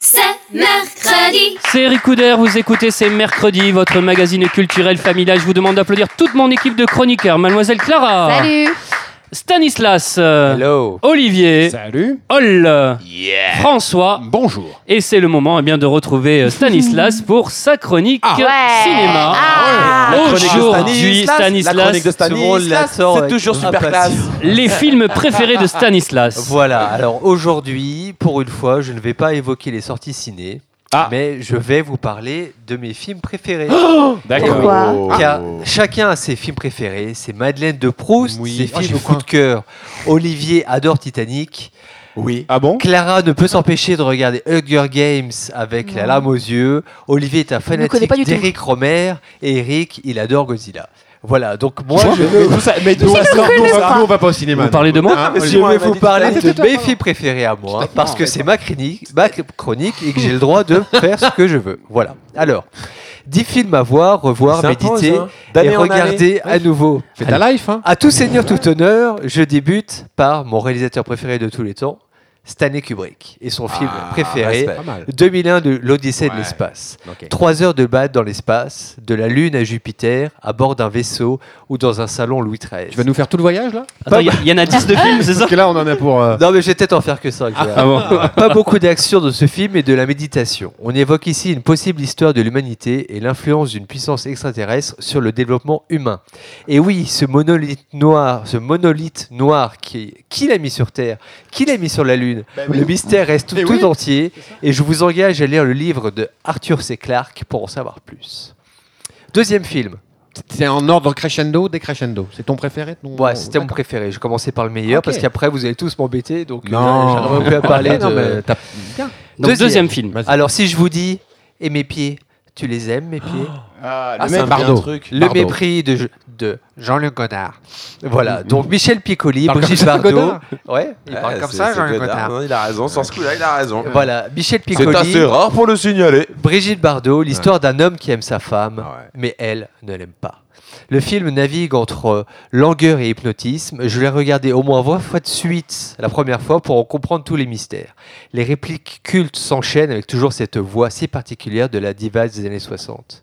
[SPEAKER 2] C'est mercredi.
[SPEAKER 3] C'est Eric Couder, vous écoutez C'est Mercredi, votre magazine culturel familial. Je vous demande d'applaudir toute mon équipe de chroniqueurs. Mademoiselle Clara,
[SPEAKER 5] Salut
[SPEAKER 3] Stanislas, euh,
[SPEAKER 6] Hello.
[SPEAKER 3] Olivier,
[SPEAKER 8] Salut.
[SPEAKER 3] Hall, euh, François.
[SPEAKER 4] Bonjour.
[SPEAKER 3] Et c'est le moment eh bien, de retrouver euh, Stanislas pour sa chronique
[SPEAKER 5] Ouais.
[SPEAKER 3] cinéma.
[SPEAKER 5] Ah.
[SPEAKER 3] Ouais.
[SPEAKER 7] chronique de
[SPEAKER 3] Aujourd'hui,
[SPEAKER 7] Stanislas, la chronique de
[SPEAKER 3] Stanislas,
[SPEAKER 6] Tout le monde la
[SPEAKER 7] Stanislas,
[SPEAKER 6] sort
[SPEAKER 7] c'est
[SPEAKER 6] avec
[SPEAKER 7] toujours super
[SPEAKER 6] impatience.
[SPEAKER 7] classe.
[SPEAKER 3] les films préférés de Stanislas.
[SPEAKER 6] Voilà, alors aujourd'hui, pour une fois, je ne vais pas évoquer les sorties ciné,
[SPEAKER 4] Ah.
[SPEAKER 6] mais je vais vous parler de mes films préférés.
[SPEAKER 8] D'accord.
[SPEAKER 5] Pourquoi
[SPEAKER 7] Oh.
[SPEAKER 6] Car chacun a ses films préférés. C'est Madeleine de Proust,
[SPEAKER 4] Oui.
[SPEAKER 6] ses
[SPEAKER 4] Oh,
[SPEAKER 6] films
[SPEAKER 4] j'ai
[SPEAKER 6] au coup
[SPEAKER 4] faim.
[SPEAKER 6] de cœur. Olivier adore Titanic.
[SPEAKER 7] Oui.
[SPEAKER 8] Ah bon
[SPEAKER 6] Clara ne peut s'empêcher de regarder Hunger Games avec la
[SPEAKER 5] Non.
[SPEAKER 6] lame aux yeux. Olivier est un
[SPEAKER 5] ne connaît
[SPEAKER 6] fanatique
[SPEAKER 5] pas du tout.
[SPEAKER 6] d'Eric Romer. Et Eric, il adore Godzilla. Voilà, donc moi, je
[SPEAKER 8] Mais tout ça, mais tout ça, c'est
[SPEAKER 4] Nous,
[SPEAKER 8] nous,
[SPEAKER 4] on
[SPEAKER 8] ça.
[SPEAKER 4] va- nous, on va pas au cinéma.
[SPEAKER 3] Vous parlez de moi
[SPEAKER 4] Hein,
[SPEAKER 6] Je
[SPEAKER 4] Olivier.
[SPEAKER 6] vais
[SPEAKER 7] Olivier,
[SPEAKER 6] vous
[SPEAKER 7] on a
[SPEAKER 6] parler
[SPEAKER 4] dit-
[SPEAKER 6] de mes films préférés à moi, parce que c'est ma chronique, ma chronique et que j'ai le droit de faire ce que je veux. Voilà. Alors, 10 films à voir, revoir, méditer
[SPEAKER 4] hein.
[SPEAKER 7] hein.
[SPEAKER 6] et regarder à nouveau.
[SPEAKER 4] Fais ta life, hein.
[SPEAKER 6] À tout seigneur, tout honneur, je débute par mon réalisateur préféré de tous les temps, Stanley Kubrick, et
[SPEAKER 7] Ah,
[SPEAKER 6] son film
[SPEAKER 7] bah,
[SPEAKER 6] préféré,
[SPEAKER 7] respect.
[SPEAKER 4] Pas mal.
[SPEAKER 6] 2001 de l'Odyssée de
[SPEAKER 4] Ah, Ouais.
[SPEAKER 6] l'espace.
[SPEAKER 4] Ok.
[SPEAKER 6] Trois heures de balade dans l'espace, de la Lune à Jupiter, à bord d'un vaisseau ou dans un salon Louis XIII.
[SPEAKER 4] Tu vas nous faire tout le voyage là
[SPEAKER 3] Attends, il y, il y en a 10 de films, c'est ça
[SPEAKER 4] Parce que là, on en a pour. euh,
[SPEAKER 6] Non mais je vais peut-être en faire que ça. Gérard. Pas beaucoup d'action dans ce film et de la méditation. On évoque ici une possible histoire de l'humanité et l'influence d'une puissance extraterrestre sur le développement humain. Et oui, ce monolithe noir, ce monolithe noir qui, qui l'a mis sur Terre, qui l'a mis sur la Lune,
[SPEAKER 8] Bah
[SPEAKER 6] le mystère reste tout,
[SPEAKER 4] Mais
[SPEAKER 6] tout
[SPEAKER 4] oui.
[SPEAKER 6] entier. Et je vous engage à lire le livre de Arthur C. Clarke pour en savoir plus. Deuxième film.
[SPEAKER 4] C'est en ordre crescendo, décrescendo. C'est ton préféré ton-
[SPEAKER 6] Ouais, c'était mon
[SPEAKER 4] D'accord.
[SPEAKER 6] préféré. Je commençais par le meilleur
[SPEAKER 4] Ok.
[SPEAKER 6] parce qu'après vous allez tous m'embêter, donc
[SPEAKER 4] Non.
[SPEAKER 6] euh, j'aurais pu à parler
[SPEAKER 4] Ouais, non,
[SPEAKER 6] de-
[SPEAKER 4] mais t'as-
[SPEAKER 3] Donc,
[SPEAKER 6] Deuxième.
[SPEAKER 3] deuxième film.
[SPEAKER 4] Vas-y.
[SPEAKER 6] Alors si je vous dis et mes pieds, tu les aimes mes pieds
[SPEAKER 8] Ah,
[SPEAKER 7] Ah,
[SPEAKER 8] le
[SPEAKER 7] ça
[SPEAKER 8] mec,
[SPEAKER 7] me dit un
[SPEAKER 4] Bardo.
[SPEAKER 7] truc.
[SPEAKER 6] Le
[SPEAKER 4] Oh, Pardon.
[SPEAKER 6] mépris de, de Jean-Luc Godard. Voilà, donc Michel Piccoli,
[SPEAKER 4] Mm-hmm. parle
[SPEAKER 6] Brigitte
[SPEAKER 4] comme ça,
[SPEAKER 6] Bardot.
[SPEAKER 4] Godard
[SPEAKER 6] Ouais, il
[SPEAKER 7] Ah,
[SPEAKER 6] parle comme
[SPEAKER 7] c'est-
[SPEAKER 6] ça,
[SPEAKER 7] c'est
[SPEAKER 6] Jean-Luc
[SPEAKER 7] Godard.
[SPEAKER 6] Godard.
[SPEAKER 7] Non, il a raison, sur ce coup-là, il a raison.
[SPEAKER 6] Voilà, Michel
[SPEAKER 7] C'est
[SPEAKER 6] Piccoli.
[SPEAKER 7] assez rare pour le signaler. Ah
[SPEAKER 6] Brigitte Bardot, l'histoire d'un homme qui aime sa femme,
[SPEAKER 4] Ah
[SPEAKER 7] Ouais.
[SPEAKER 6] mais elle ne l'aime pas. Le film navigue entre euh, langueur et hypnotisme. Je l'ai regardé au moins 20 fois de suite la première fois pour en comprendre tous les mystères. Les répliques cultes s'enchaînent avec toujours cette voix si particulière de la diva des années 60.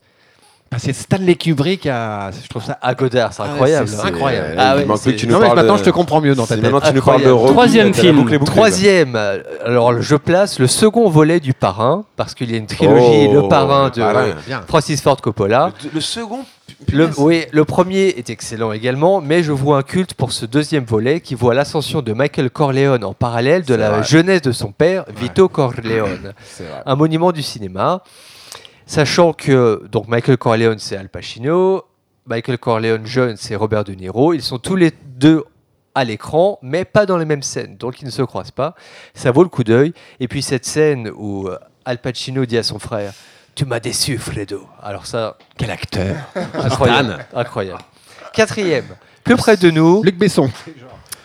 [SPEAKER 4] Ah, c'est Stanley Kubrick à. Je trouve ça.
[SPEAKER 6] À Godard, c'est
[SPEAKER 4] Ah ouais,
[SPEAKER 6] incroyable.
[SPEAKER 4] c'est-
[SPEAKER 6] hein.
[SPEAKER 4] c'est incroyable.
[SPEAKER 7] Euh,
[SPEAKER 6] Ah
[SPEAKER 7] il
[SPEAKER 6] ouais,
[SPEAKER 7] manque plus
[SPEAKER 6] c'est-
[SPEAKER 7] que tu
[SPEAKER 4] Non,
[SPEAKER 7] nous
[SPEAKER 4] mais
[SPEAKER 7] parles.
[SPEAKER 4] maintenant,
[SPEAKER 7] de-
[SPEAKER 4] je te comprends mieux dans ta
[SPEAKER 7] Si
[SPEAKER 4] tête.
[SPEAKER 7] maintenant tu nous parles de
[SPEAKER 6] Incroyable.
[SPEAKER 7] Rocky,
[SPEAKER 3] Troisième
[SPEAKER 7] t'as la
[SPEAKER 3] film.
[SPEAKER 7] boucle est bouclée, quoi.
[SPEAKER 6] Troisième, euh, alors je place le second volet du Parrain, parce qu'il y a une trilogie,
[SPEAKER 7] Oh,
[SPEAKER 6] Le Parrain de
[SPEAKER 7] Parrain.
[SPEAKER 6] euh, Francis Ford Coppola.
[SPEAKER 7] Le, le second.
[SPEAKER 6] Le,
[SPEAKER 7] punaise.
[SPEAKER 6] oui, le premier est excellent également, mais je vois un culte pour ce deuxième volet qui voit l'ascension de Michael Corleone en parallèle de la jeunesse de son père, Vito Corleone,
[SPEAKER 8] C'est vrai.
[SPEAKER 6] un monument du cinéma. Sachant que donc Michael Corleone, c'est Al Pacino, Michael Corleone jeune, c'est Robert De Niro. Ils sont tous les deux à l'écran, mais pas dans les mêmes scènes, donc ils ne se croisent pas. Ça vaut le coup d'œil. Et puis cette scène où euh, Al Pacino dit à son frère Tu m'as déçu, Fredo. Alors ça,
[SPEAKER 4] Quel acteur
[SPEAKER 6] Incroyable. Incroyable. Quatrième, plus près de nous,
[SPEAKER 4] Luc Besson.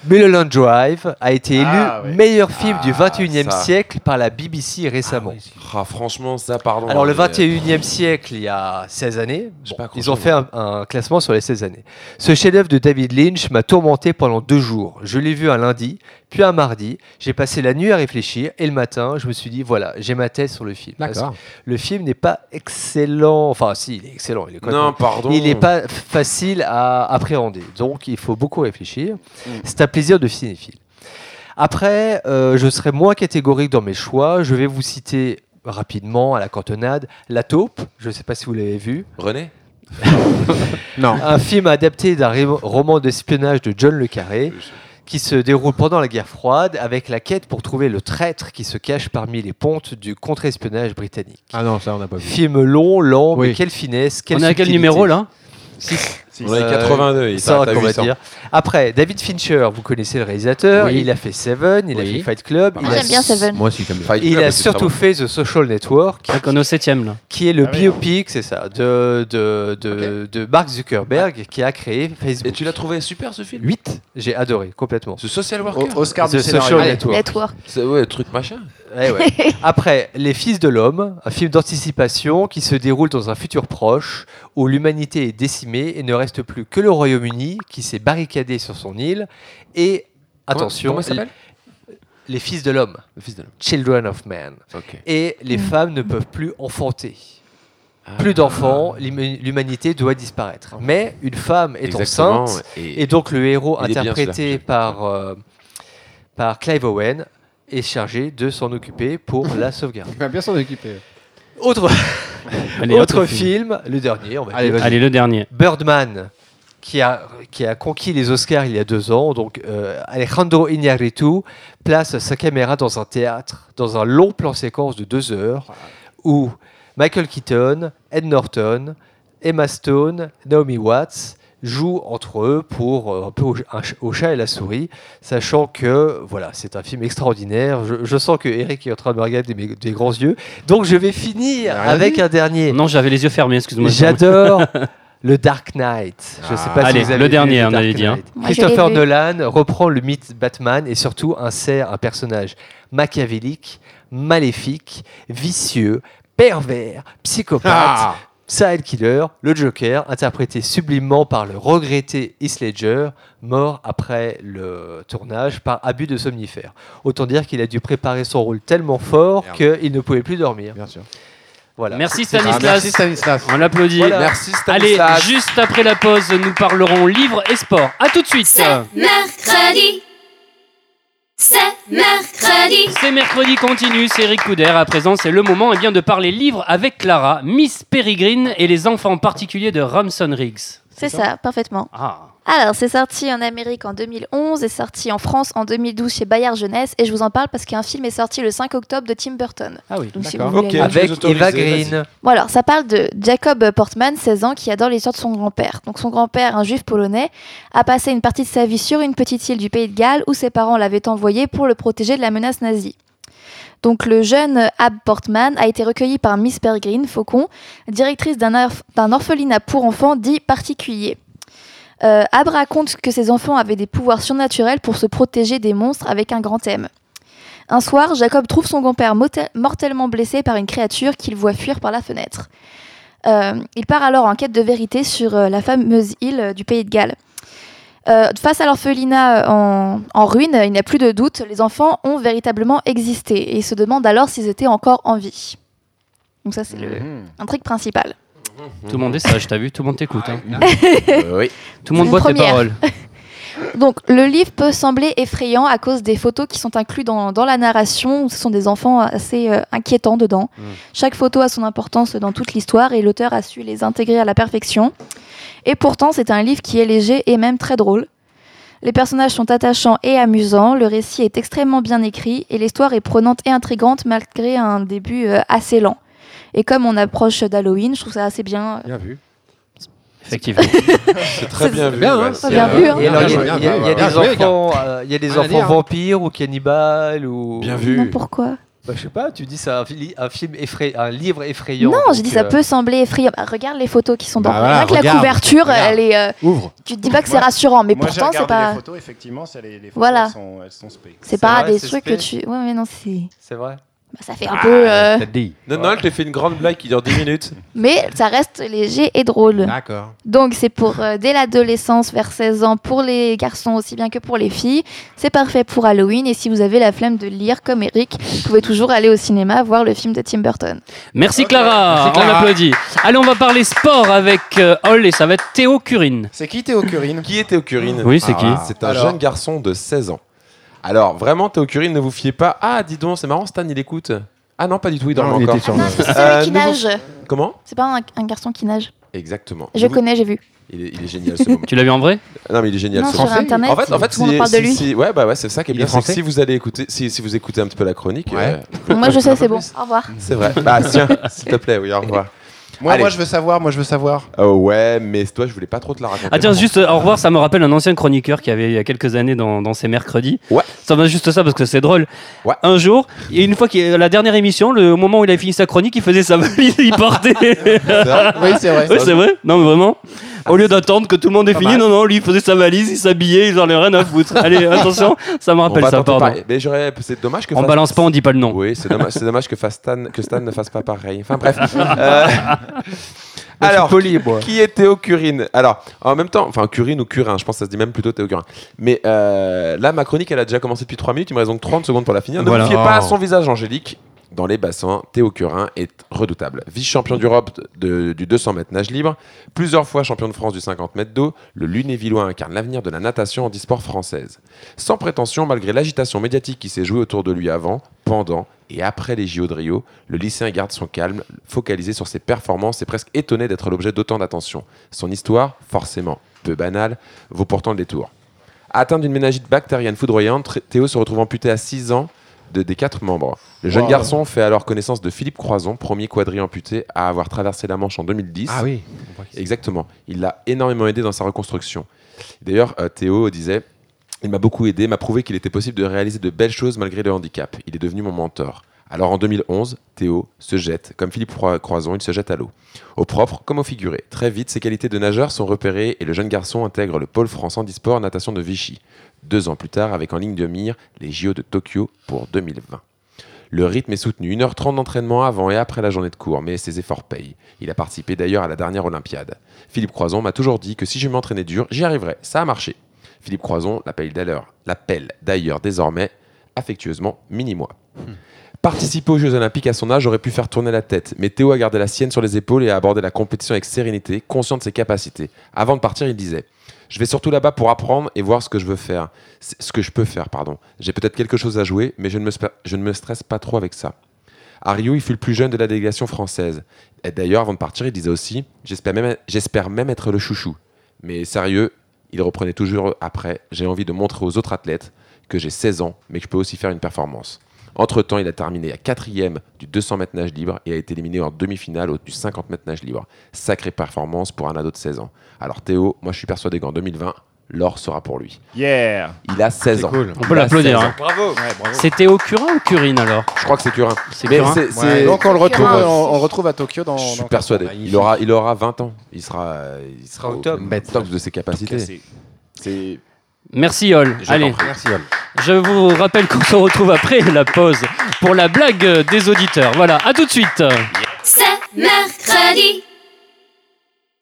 [SPEAKER 6] Mulholland Drive a été élu
[SPEAKER 8] Ah, oui.
[SPEAKER 6] meilleur film du
[SPEAKER 7] Ah,
[SPEAKER 6] 21e
[SPEAKER 7] ça.
[SPEAKER 6] siècle par la BBC récemment.
[SPEAKER 7] Ah, franchement, ça, pardon.
[SPEAKER 6] Alors le
[SPEAKER 7] mais- euh,
[SPEAKER 6] 21e siècle, il y a 16 années,
[SPEAKER 7] J'ai
[SPEAKER 6] bon,
[SPEAKER 7] pas accroché,
[SPEAKER 6] ils ont fait un, un classement sur les 16 années. Ce chef-d'œuvre de David Lynch m'a tourmenté pendant deux jours. Je l'ai vu un lundi, puis un mardi. J'ai passé la nuit à réfléchir et le matin, je me suis dit voilà, j'ai ma thèse sur le film. Parce
[SPEAKER 4] D'accord.
[SPEAKER 6] que Le film n'est pas excellent. Enfin, si, il est excellent. Il est complètement
[SPEAKER 7] Non, pardon.
[SPEAKER 6] il n'est pas facile à appréhender. Donc, il faut beaucoup réfléchir.
[SPEAKER 3] Mm.
[SPEAKER 6] C'est un plaisir de cinéphile. Après, euh, je serai moins catégorique dans mes choix. Je vais vous citer rapidement à la cantonade La taupe. Je ne sais pas si vous l'avez vu.
[SPEAKER 7] René
[SPEAKER 4] Non.
[SPEAKER 6] Un film adapté d'un ré- roman d'espionnage de John Le Carré qui se déroule pendant la guerre froide avec la quête pour trouver le traître qui se cache parmi les pontes du contre-espionnage britannique.
[SPEAKER 4] Ah non, ça, on n'a pas vu.
[SPEAKER 6] Film long, lent,
[SPEAKER 4] Oui.
[SPEAKER 6] mais quelle finesse, quelle
[SPEAKER 3] On est à quel
[SPEAKER 6] subtilité.
[SPEAKER 3] numéro là
[SPEAKER 7] On est
[SPEAKER 6] Euh,
[SPEAKER 7] 82, il
[SPEAKER 6] Ça,
[SPEAKER 7] s'arrête à
[SPEAKER 6] qu'on va
[SPEAKER 7] 800.
[SPEAKER 6] dire. Après, David Fincher, vous connaissez le réalisateur.
[SPEAKER 4] Oui.
[SPEAKER 6] Il a fait Seven, il a
[SPEAKER 4] Oui.
[SPEAKER 6] fait Fight Club.
[SPEAKER 7] Pas
[SPEAKER 6] Il
[SPEAKER 7] mal.
[SPEAKER 6] a,
[SPEAKER 5] Ah, J'aime bien Seven.
[SPEAKER 4] Moi aussi, j'aime bien.
[SPEAKER 7] Fight
[SPEAKER 6] il
[SPEAKER 7] Club,
[SPEAKER 6] a
[SPEAKER 7] Ah, c'est très
[SPEAKER 6] surtout
[SPEAKER 7] bon.
[SPEAKER 6] fait The Social Network,
[SPEAKER 3] Donc on est au septième là.
[SPEAKER 6] qui est le
[SPEAKER 8] Ah oui.
[SPEAKER 6] biopic, c'est ça, de, de, de, de Mark Zuckerberg, qui a créé Facebook.
[SPEAKER 7] Et tu l'as trouvé super ce film
[SPEAKER 6] 8 J'ai adoré, complètement.
[SPEAKER 7] Ce social
[SPEAKER 8] O-
[SPEAKER 7] worker
[SPEAKER 8] Oscar
[SPEAKER 6] The
[SPEAKER 8] du scénario.
[SPEAKER 6] Social
[SPEAKER 8] Allez.
[SPEAKER 6] Network.
[SPEAKER 5] Network.
[SPEAKER 7] C'est ouais, le truc machin.
[SPEAKER 6] Eh ouais. Après, Les Fils de l'Homme, un film d'anticipation qui se déroule dans un futur proche où l'humanité est décimée et ne reste plus que le Royaume-Uni qui s'est barricadé sur son île et, attention,
[SPEAKER 7] Comment il s'appelle
[SPEAKER 6] Les Fils de l'Homme,
[SPEAKER 7] Le fils de l'homme.
[SPEAKER 6] Children of Man.
[SPEAKER 7] Ok.
[SPEAKER 6] Et les femmes ne peuvent plus enfanter.
[SPEAKER 7] Ah.
[SPEAKER 6] Plus d'enfants, l'hum- l'humanité doit disparaître. Mais une femme est
[SPEAKER 7] Exactement,
[SPEAKER 6] enceinte
[SPEAKER 7] Et,
[SPEAKER 6] et donc le héros
[SPEAKER 7] Il est bien,
[SPEAKER 6] interprété
[SPEAKER 7] celui-là.
[SPEAKER 6] par, euh, par Clive Owen est chargé de s'en occuper pour la sauvegarde.
[SPEAKER 4] Il va bien s'en occuper.
[SPEAKER 6] Autre,
[SPEAKER 3] Allez,
[SPEAKER 6] autre film, le dernier, on va
[SPEAKER 4] Allez,
[SPEAKER 6] dire.
[SPEAKER 4] vas-y.
[SPEAKER 3] Allez, le dernier.
[SPEAKER 6] Birdman, qui a, qui a conquis les Oscars il y a deux ans. Donc, euh, Alejandro Iñárritu place sa caméra dans un théâtre, dans un long plan séquence de deux heures, où Michael Keaton, Ed Norton, Emma Stone, Naomi Watts jouent entre eux pour euh, un peu au, un ch- au chat et la souris, sachant que voilà, c'est un film extraordinaire. Je, je sens que Eric est en train de me regarder des, des grands yeux, donc je vais finir
[SPEAKER 4] rien
[SPEAKER 6] avec un dernier.
[SPEAKER 3] Non, j'avais les yeux fermés, excuse-moi. Ah.
[SPEAKER 6] J'adore le Dark Knight. Je sais pas
[SPEAKER 3] Allez,
[SPEAKER 6] si vous avez
[SPEAKER 3] le
[SPEAKER 6] vu
[SPEAKER 3] dernier, on
[SPEAKER 6] Dark
[SPEAKER 3] allait dire.
[SPEAKER 6] Knight.
[SPEAKER 5] Moi, je l'ai
[SPEAKER 6] Christopher
[SPEAKER 5] vu.
[SPEAKER 6] Nolan reprend le mythe Batman et surtout insère un personnage machiavélique, maléfique, vicieux, pervers, psychopathe,
[SPEAKER 4] Ah
[SPEAKER 6] serial killer, le Joker, interprété sublimement par le regretté Heath Ledger, mort après le tournage par abus de somnifères. Autant dire qu'il a dû préparer son rôle tellement fort qu'il ne pouvait plus dormir.
[SPEAKER 4] Bien sûr.
[SPEAKER 6] Voilà.
[SPEAKER 3] Merci
[SPEAKER 4] Ah,
[SPEAKER 3] Stanislas.
[SPEAKER 4] merci Stanislas.
[SPEAKER 3] On l'applaudit.
[SPEAKER 6] Voilà.
[SPEAKER 7] Merci
[SPEAKER 3] Allez,
[SPEAKER 7] Stanislas.
[SPEAKER 3] juste après la pause, nous parlerons livres et sport. À tout de suite.
[SPEAKER 2] mercredi. C'est mercredi.
[SPEAKER 3] C'est mercredi continue, c'est Eric Couder. À présent, c'est le moment eh bien, de parler livres avec Clara, Miss Peregrine et les enfants particuliers de Ramson Riggs.
[SPEAKER 5] C'est ça, parfaitement.
[SPEAKER 3] Ah,
[SPEAKER 5] Alors, c'est sorti en Amérique en 2011 et sorti en France en 2012 chez Bayard Jeunesse. Et je vous en parle parce qu'un film est sorti le 5 octobre de Tim Burton.
[SPEAKER 3] ah oui.
[SPEAKER 5] Donc, si vous
[SPEAKER 4] D'accord.
[SPEAKER 5] voulez-
[SPEAKER 7] Ok.
[SPEAKER 6] Avec
[SPEAKER 7] Je suis
[SPEAKER 6] Eva
[SPEAKER 7] autorisé, vas-y.
[SPEAKER 6] Green.
[SPEAKER 5] Bon, alors, ça parle de Jacob Portman, 16 ans, qui adore l'histoire de son grand-père. Donc, son grand-père, un juif polonais, a passé une partie de sa vie sur une petite île du pays de Galles où ses parents l'avaient envoyé pour le protéger de la menace nazie. Donc, le jeune Ab Portman a été recueilli par Miss Peregrine Faucon, directrice d'un orph- d'un orphelinat pour enfants dit particulier. Euh, Ab raconte que ses enfants avaient des pouvoirs surnaturels pour se protéger des monstres avec un grand M. Un soir, Jacob trouve son grand-père motel- mortellement blessé par une créature qu'il voit fuir par la fenêtre. Euh, il part alors en quête de vérité sur euh, la fameuse île euh, du Pays de Galles. Euh, face à l'orphelinat euh, en, en ruine, il n'y a plus de doute, les enfants ont véritablement existé et ils se demandent alors s'ils étaient encore en vie. Donc ça, c'est
[SPEAKER 8] Mhm.
[SPEAKER 5] l'intrigue principale.
[SPEAKER 3] Tout le monde est sage, t'as vu Tout le monde t'écoute. hein.
[SPEAKER 7] Euh, oui.
[SPEAKER 3] Tout le monde
[SPEAKER 5] Une
[SPEAKER 3] boit tes
[SPEAKER 5] première.
[SPEAKER 3] paroles.
[SPEAKER 5] Donc, le livre peut sembler effrayant à cause des photos qui sont incluses dans, dans la narration. Ce sont des enfants assez euh, inquiétants dedans. Chaque photo a son importance dans toute l'histoire et l'auteur a su les intégrer à la perfection. Et pourtant, c'est un livre qui est léger et même très drôle. Les personnages sont attachants et amusants, le récit est extrêmement bien écrit et l'histoire est prenante et intrigante malgré un début euh, assez lent. Et comme on approche d'Halloween, je trouve ça assez bien.
[SPEAKER 4] Bien vu.
[SPEAKER 3] Effectivement.
[SPEAKER 7] C'est très
[SPEAKER 5] C'est-
[SPEAKER 7] bien vu.
[SPEAKER 4] bien, hein.
[SPEAKER 7] ouais,
[SPEAKER 4] Très
[SPEAKER 7] c'est,
[SPEAKER 5] bien vu, hein.
[SPEAKER 6] Et alors, Euh, il y a-
[SPEAKER 4] Bien
[SPEAKER 6] il y a- il y a
[SPEAKER 4] joué,
[SPEAKER 6] des
[SPEAKER 4] bien joué,
[SPEAKER 6] enfants, euh, il y a des
[SPEAKER 4] Rien à
[SPEAKER 6] enfants
[SPEAKER 4] dire.
[SPEAKER 6] vampires ou cannibales ou.
[SPEAKER 7] Bien
[SPEAKER 5] Non,
[SPEAKER 7] vu.
[SPEAKER 5] pourquoi
[SPEAKER 6] Bah, je sais pas. Tu dis c'est un, fili- un film effray, un livre effrayant.
[SPEAKER 5] Non,
[SPEAKER 6] donc,
[SPEAKER 5] j'ai dit ça
[SPEAKER 6] euh,
[SPEAKER 5] peut sembler effrayant. Bah, regarde les photos qui sont dans.
[SPEAKER 4] Bah voilà,
[SPEAKER 5] Rien que la
[SPEAKER 4] regarde,
[SPEAKER 5] couverture,
[SPEAKER 4] regarde.
[SPEAKER 5] elle est. euh,
[SPEAKER 4] Ouvre.
[SPEAKER 5] tu te dis pas que c'est
[SPEAKER 8] Moi-
[SPEAKER 5] rassurant, mais
[SPEAKER 8] Moi, j'ai
[SPEAKER 5] pourtant c'est
[SPEAKER 8] regardé
[SPEAKER 5] pas.
[SPEAKER 8] les photos, effectivement, c'est les, les photos,
[SPEAKER 5] Voilà.
[SPEAKER 8] elles sont, elles sont spé.
[SPEAKER 5] C'est
[SPEAKER 6] C'est
[SPEAKER 5] pas
[SPEAKER 6] vrai,
[SPEAKER 5] des
[SPEAKER 6] c'est
[SPEAKER 5] trucs que
[SPEAKER 6] spé.
[SPEAKER 5] tu. Ouais, mais non, c'est.
[SPEAKER 6] C'est vrai.
[SPEAKER 5] bah, ça fait un peu. euh,
[SPEAKER 4] T'as dit.
[SPEAKER 7] Non, non, elle te fait une grande blague qui dure 10 minutes.
[SPEAKER 5] Mais ça reste léger et drôle.
[SPEAKER 4] D'accord.
[SPEAKER 5] Donc c'est pour euh, dès l'adolescence vers 16 ans pour les garçons aussi bien que pour les filles. C'est parfait pour Halloween et si vous avez la flemme de lire comme Eric, vous pouvez toujours aller au cinéma voir le film de Tim Burton.
[SPEAKER 3] Merci Clara,
[SPEAKER 4] Merci, Clara.
[SPEAKER 3] on applaudit. Allez, on va parler sport avec euh, Hall et ça va être Théo Curine.
[SPEAKER 8] C'est qui Théo Curine
[SPEAKER 7] Qui est Théo Curine Ah,
[SPEAKER 3] Oui, c'est qui
[SPEAKER 7] C'est un
[SPEAKER 8] Alors.
[SPEAKER 7] jeune garçon de 16 ans. Alors, vraiment, Théo Curine, ne vous fiez pas. Ah, dis donc, c'est marrant, Stan, il écoute. Ah non, pas du tout, il dort
[SPEAKER 4] Non, il
[SPEAKER 7] encore.
[SPEAKER 4] était sur-
[SPEAKER 5] Ah non, c'est celui
[SPEAKER 7] Euh,
[SPEAKER 5] qui
[SPEAKER 7] nouveau-
[SPEAKER 5] nage.
[SPEAKER 7] Comment
[SPEAKER 5] C'est pas un, un garçon qui nage.
[SPEAKER 7] Exactement.
[SPEAKER 5] Je
[SPEAKER 7] Vous-
[SPEAKER 5] connais, j'ai vu.
[SPEAKER 7] Il est, il est génial ce moment.
[SPEAKER 3] Tu l'as vu en vrai
[SPEAKER 7] Non, mais il est génial
[SPEAKER 5] non,
[SPEAKER 7] ce
[SPEAKER 5] sur
[SPEAKER 7] moment.
[SPEAKER 5] internet.
[SPEAKER 7] En fait, en fait,
[SPEAKER 5] tout le monde
[SPEAKER 7] si-
[SPEAKER 5] parle de
[SPEAKER 7] si-
[SPEAKER 5] lui.
[SPEAKER 7] si- ouais, bah ouais, c'est ça qui est
[SPEAKER 4] Il
[SPEAKER 7] bien.
[SPEAKER 4] est
[SPEAKER 7] c'est que
[SPEAKER 4] français
[SPEAKER 7] Si vous allez écouter, si, si vous écoutez un petit peu la chronique,
[SPEAKER 4] Ouais.
[SPEAKER 7] euh,
[SPEAKER 5] Moi je sais, c'est bon. Au revoir.
[SPEAKER 7] c'est vrai. Bah tiens, s'il te plaît, oui, au revoir.
[SPEAKER 8] moi,
[SPEAKER 7] Allez.
[SPEAKER 8] moi, je veux savoir, moi, je veux savoir.
[SPEAKER 7] Oh ouais, mais toi, je voulais pas trop te la raconter.
[SPEAKER 3] Ah tiens, juste euh, au revoir, ça me rappelle un ancien chroniqueur qui avait il y a quelques années dans, dans ses mercredis.
[SPEAKER 7] Ouais.
[SPEAKER 3] Ça va juste ça parce que c'est drôle.
[SPEAKER 7] Ouais.
[SPEAKER 3] Un jour, et une fois qu'il euh, la dernière émission, le au moment où il a fini sa chronique, il faisait sa valise, il partait.
[SPEAKER 7] C'est vrai Ah,
[SPEAKER 8] Oui, c'est vrai.
[SPEAKER 3] oui, c'est vrai. Non, mais vraiment. Au lieu d'attendre que tout le monde ait
[SPEAKER 8] Pas
[SPEAKER 3] fini,
[SPEAKER 8] mal.
[SPEAKER 3] non, non, lui il faisait sa valise, il s'habillait, il en avait rien à foutre. Allez, attention, ça me
[SPEAKER 7] On
[SPEAKER 3] rappelle
[SPEAKER 7] va
[SPEAKER 3] ça,
[SPEAKER 7] tenter
[SPEAKER 3] pardon.
[SPEAKER 7] pareil. Mais j'aurais, c'est dommage que.
[SPEAKER 3] On
[SPEAKER 7] fasse-
[SPEAKER 3] balance pas, on dit pas le nom.
[SPEAKER 7] Oui, c'est dommage, c'est dommage que, fasse Stan, que Stan ne fasse pas pareil. Enfin bref. Euh,
[SPEAKER 6] Moi, je suis
[SPEAKER 7] Alors,
[SPEAKER 6] poli, moi.
[SPEAKER 7] Qui est Théo Curine Alors, en même temps, enfin Curine ou Curin, je pense que ça se dit même plutôt Théo Curin. Mais euh, là, ma chronique, elle a déjà commencé depuis 3 minutes, il me reste donc 30 secondes pour la finir. Ne
[SPEAKER 3] Voilà.
[SPEAKER 7] vous fiez pas à
[SPEAKER 4] Oh.
[SPEAKER 7] son visage angélique. Dans les bassins, Théo Curin est redoutable. Vice-champion d'Europe de- du 200 mètres nage libre, plusieurs fois champion de France du 50 mètres d'eau, le Lunévillois incarne l'avenir de la natation en disport française. Sans prétention, malgré l'agitation médiatique qui s'est jouée autour de lui avant, pendant et après les JO de Rio, le lycéen garde son calme, focalisé sur ses performances et presque étonné d'être l'objet d'autant d'attention. Son histoire, forcément peu banale, vaut pourtant le détour. Atteint d'une méningite bactérienne foudroyante, Théo se retrouve amputé à 6 ans de, des quatre membres. Le jeune
[SPEAKER 8] Wow.
[SPEAKER 7] garçon fait alors connaissance de Philippe Croison, premier quadri amputé à avoir traversé la Manche en 2010.
[SPEAKER 4] Ah oui.
[SPEAKER 7] Exactement. Il l'a énormément aidé dans sa reconstruction. D'ailleurs, euh, Théo disait Il m'a beaucoup aidé, m'a prouvé qu'il était possible de réaliser de belles choses malgré le handicap. Il est devenu mon mentor. Alors en 2011, Théo se jette. Comme Philippe Croi- Croison, il se jette à l'eau. Au propre comme au figuré. Très vite, ses qualités de nageur sont repérées et le jeune garçon intègre le pôle France Handisport Natation de Vichy. Deux ans plus tard, avec en ligne de mire les JO de Tokyo pour 2020. Le rythme est soutenu, 1h30 d'entraînement avant et après la journée de cours, mais ses efforts payent. Il a participé d'ailleurs à la dernière Olympiade. Philippe Croison m'a toujours dit que si je m'entraînais dur, j'y arriverais. Ça a marché. Philippe Croison l'appelle d'ailleurs, l'appelle d'ailleurs désormais affectueusement mini-moi. Participer aux Jeux Olympiques à son âge aurait pu faire tourner la tête, mais Théo a gardé la sienne sur les épaules et a abordé la compétition avec sérénité, conscient de ses capacités. Avant de partir, il disait Je vais surtout là-bas pour apprendre et voir ce que je veux faire. C- Ce que je peux faire, pardon. J'ai peut-être quelque chose à jouer, mais je ne, me, spa- je ne me stresse pas trop avec ça. À Rio, il fut le plus jeune de la délégation française. Et d'ailleurs, avant de partir, il disait aussi J'espère même, j'espère même être le chouchou. Mais sérieux, il reprenait toujours après J'ai envie de montrer aux autres athlètes que j'ai 16 ans, mais que je peux aussi faire une performance. Entre-temps, il a terminé à quatrième du 200 mètres nage libre et a été éliminé en demi-finale au- du 50 mètres nage libre. Sacrée performance pour un ado de 16 ans. Alors Théo, moi je suis persuadé qu'en 2020, l'or sera pour lui.
[SPEAKER 8] Yeah
[SPEAKER 7] Il a 16 ans.
[SPEAKER 3] On peut l'applaudir. hein.
[SPEAKER 6] Bravo
[SPEAKER 3] C'est Théo Curin ou Curine alors
[SPEAKER 7] Je crois que c'est Curin.
[SPEAKER 3] C'est
[SPEAKER 7] Mais
[SPEAKER 3] Curin.
[SPEAKER 7] c'est-
[SPEAKER 8] Ouais,
[SPEAKER 7] c'est-
[SPEAKER 8] donc Euh, on le retrouve,
[SPEAKER 5] Curin.
[SPEAKER 8] on, on le retrouve à Tokyo dans.
[SPEAKER 7] Je suis
[SPEAKER 8] dans-
[SPEAKER 7] persuadé. Il aura, il aura 20 ans. Il sera, euh, il sera
[SPEAKER 6] sera au
[SPEAKER 7] au
[SPEAKER 6] top.
[SPEAKER 7] top de ses capacités.
[SPEAKER 8] C'est-
[SPEAKER 7] C'est
[SPEAKER 3] Merci Yol.
[SPEAKER 7] Je
[SPEAKER 3] Allez,
[SPEAKER 7] t'en prie.
[SPEAKER 3] je vous rappelle qu'on se retrouve après la pause pour la blague euh, des auditeurs. Voilà, à tout de suite.
[SPEAKER 2] C'est mercredi.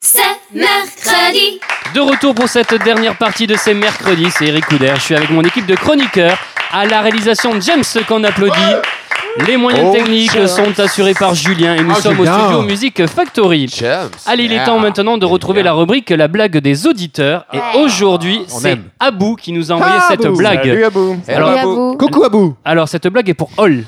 [SPEAKER 2] C'est mercredi.
[SPEAKER 3] De retour pour cette dernière partie de ces mercredis, c'est Eric Couder. Je suis avec mon équipe de chroniqueurs à la réalisation James qu'on applaudit. Les moyens
[SPEAKER 7] Oh,
[SPEAKER 3] techniques
[SPEAKER 7] James.
[SPEAKER 3] sont assurés par Julien et nous
[SPEAKER 4] Ah,
[SPEAKER 3] sommes au
[SPEAKER 4] Julien.
[SPEAKER 3] studio Music Factory.
[SPEAKER 7] James. Ah,
[SPEAKER 3] Allez, il est
[SPEAKER 7] Yeah.
[SPEAKER 3] temps maintenant de
[SPEAKER 7] Yeah.
[SPEAKER 3] retrouver la rubrique La blague des auditeurs. Et aujourd'hui,
[SPEAKER 4] Ah, on
[SPEAKER 3] c'est
[SPEAKER 4] aime.
[SPEAKER 3] Abou qui nous a envoyé
[SPEAKER 4] Ah,
[SPEAKER 3] cette
[SPEAKER 4] Abou.
[SPEAKER 3] blague.
[SPEAKER 8] Salut Abou Eh,
[SPEAKER 5] Salut
[SPEAKER 3] Alors,
[SPEAKER 5] à vous.
[SPEAKER 4] Coucou Abou
[SPEAKER 3] Alors, cette blague est pour Hall.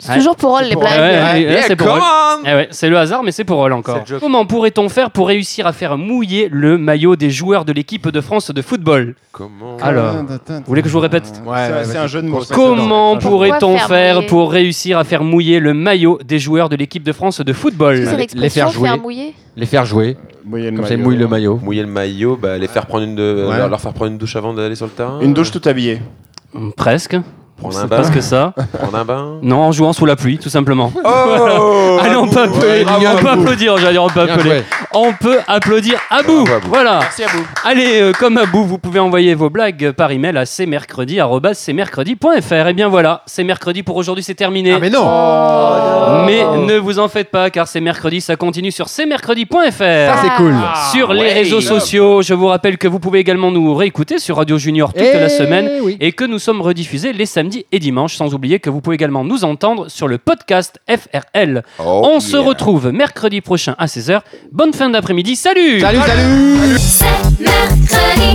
[SPEAKER 5] C'est toujours pour Roll les
[SPEAKER 8] pour
[SPEAKER 3] Ouais,
[SPEAKER 5] blagues.
[SPEAKER 3] ouais,
[SPEAKER 7] Yeah,
[SPEAKER 3] ouais, c'est pour
[SPEAKER 7] come
[SPEAKER 3] Hall.
[SPEAKER 7] on.
[SPEAKER 3] Eh ouais, c'est le hasard, mais c'est pour Hall
[SPEAKER 6] C'est
[SPEAKER 3] encore.
[SPEAKER 6] le joke.
[SPEAKER 3] Comment pourrait-on faire pour réussir à faire mouiller le maillot des joueurs de l'équipe de France de football
[SPEAKER 7] Comment
[SPEAKER 3] Eh, Alors, vous voulez que je vous répète
[SPEAKER 8] C'est- c'est un jeu de mots.
[SPEAKER 3] Comment
[SPEAKER 8] C'est un jeu de mots.
[SPEAKER 3] pourrait-on
[SPEAKER 5] Pourquoi faire
[SPEAKER 3] faire
[SPEAKER 5] mouiller
[SPEAKER 3] pour réussir à faire mouiller le maillot des joueurs de l'équipe de France de
[SPEAKER 5] Est-ce que c'est
[SPEAKER 3] football
[SPEAKER 5] l'expression
[SPEAKER 4] les faire jouer.
[SPEAKER 5] faire mouiller
[SPEAKER 4] Les faire jouer,
[SPEAKER 8] Mouiller le
[SPEAKER 4] comme ça ils
[SPEAKER 8] maillot.
[SPEAKER 4] mouillent le maillot.
[SPEAKER 7] Mouiller le maillot, bah, les faire prendre une de-
[SPEAKER 4] Ouais.
[SPEAKER 7] leur, leur faire prendre une douche avant d'aller sur le terrain. euh,
[SPEAKER 8] Une douche toute habillée.
[SPEAKER 3] Hum, Presque.
[SPEAKER 7] Prendre un
[SPEAKER 3] C'est
[SPEAKER 7] bain.
[SPEAKER 3] presque ça.
[SPEAKER 7] Prendre un bain.
[SPEAKER 3] Non, en jouant sous la pluie, tout simplement.
[SPEAKER 7] Oh
[SPEAKER 3] Allez, on peut
[SPEAKER 4] Ouais,
[SPEAKER 3] appeler.
[SPEAKER 4] bravo,
[SPEAKER 3] on peut
[SPEAKER 4] Abou.
[SPEAKER 3] applaudir, j'allais dire, on peut
[SPEAKER 4] Bien
[SPEAKER 3] appeler.
[SPEAKER 4] joué.
[SPEAKER 3] On peut applaudir Abou.
[SPEAKER 7] Bravo, Abou.
[SPEAKER 3] Voilà.
[SPEAKER 8] Merci Abou.
[SPEAKER 3] Allez, euh, comme Abou, vous pouvez envoyer vos blagues par email à cmercredi.fr. Et Eh bien voilà, c'est mercredi pour aujourd'hui, c'est terminé.
[SPEAKER 4] Ah mais non Oh.
[SPEAKER 3] Mais ne vous en faites pas, car c'est mercredi, ça continue sur
[SPEAKER 4] Ça
[SPEAKER 5] Ah.
[SPEAKER 3] cmercredi.fr.
[SPEAKER 4] Ah, c'est cool
[SPEAKER 8] Ah.
[SPEAKER 3] Sur les réseaux sociaux, je vous rappelle que vous pouvez également nous réécouter sur Radio Junior toute
[SPEAKER 4] Eh
[SPEAKER 3] la semaine
[SPEAKER 4] oui.
[SPEAKER 3] et que nous sommes rediffusés les samedis et dimanches, sans oublier que vous pouvez également nous entendre sur le podcast FRL.
[SPEAKER 8] Oh,
[SPEAKER 3] On se retrouve mercredi prochain à 16h. Bonne fin d'après-midi, salut
[SPEAKER 4] Salut, salut
[SPEAKER 2] C'est mercredi.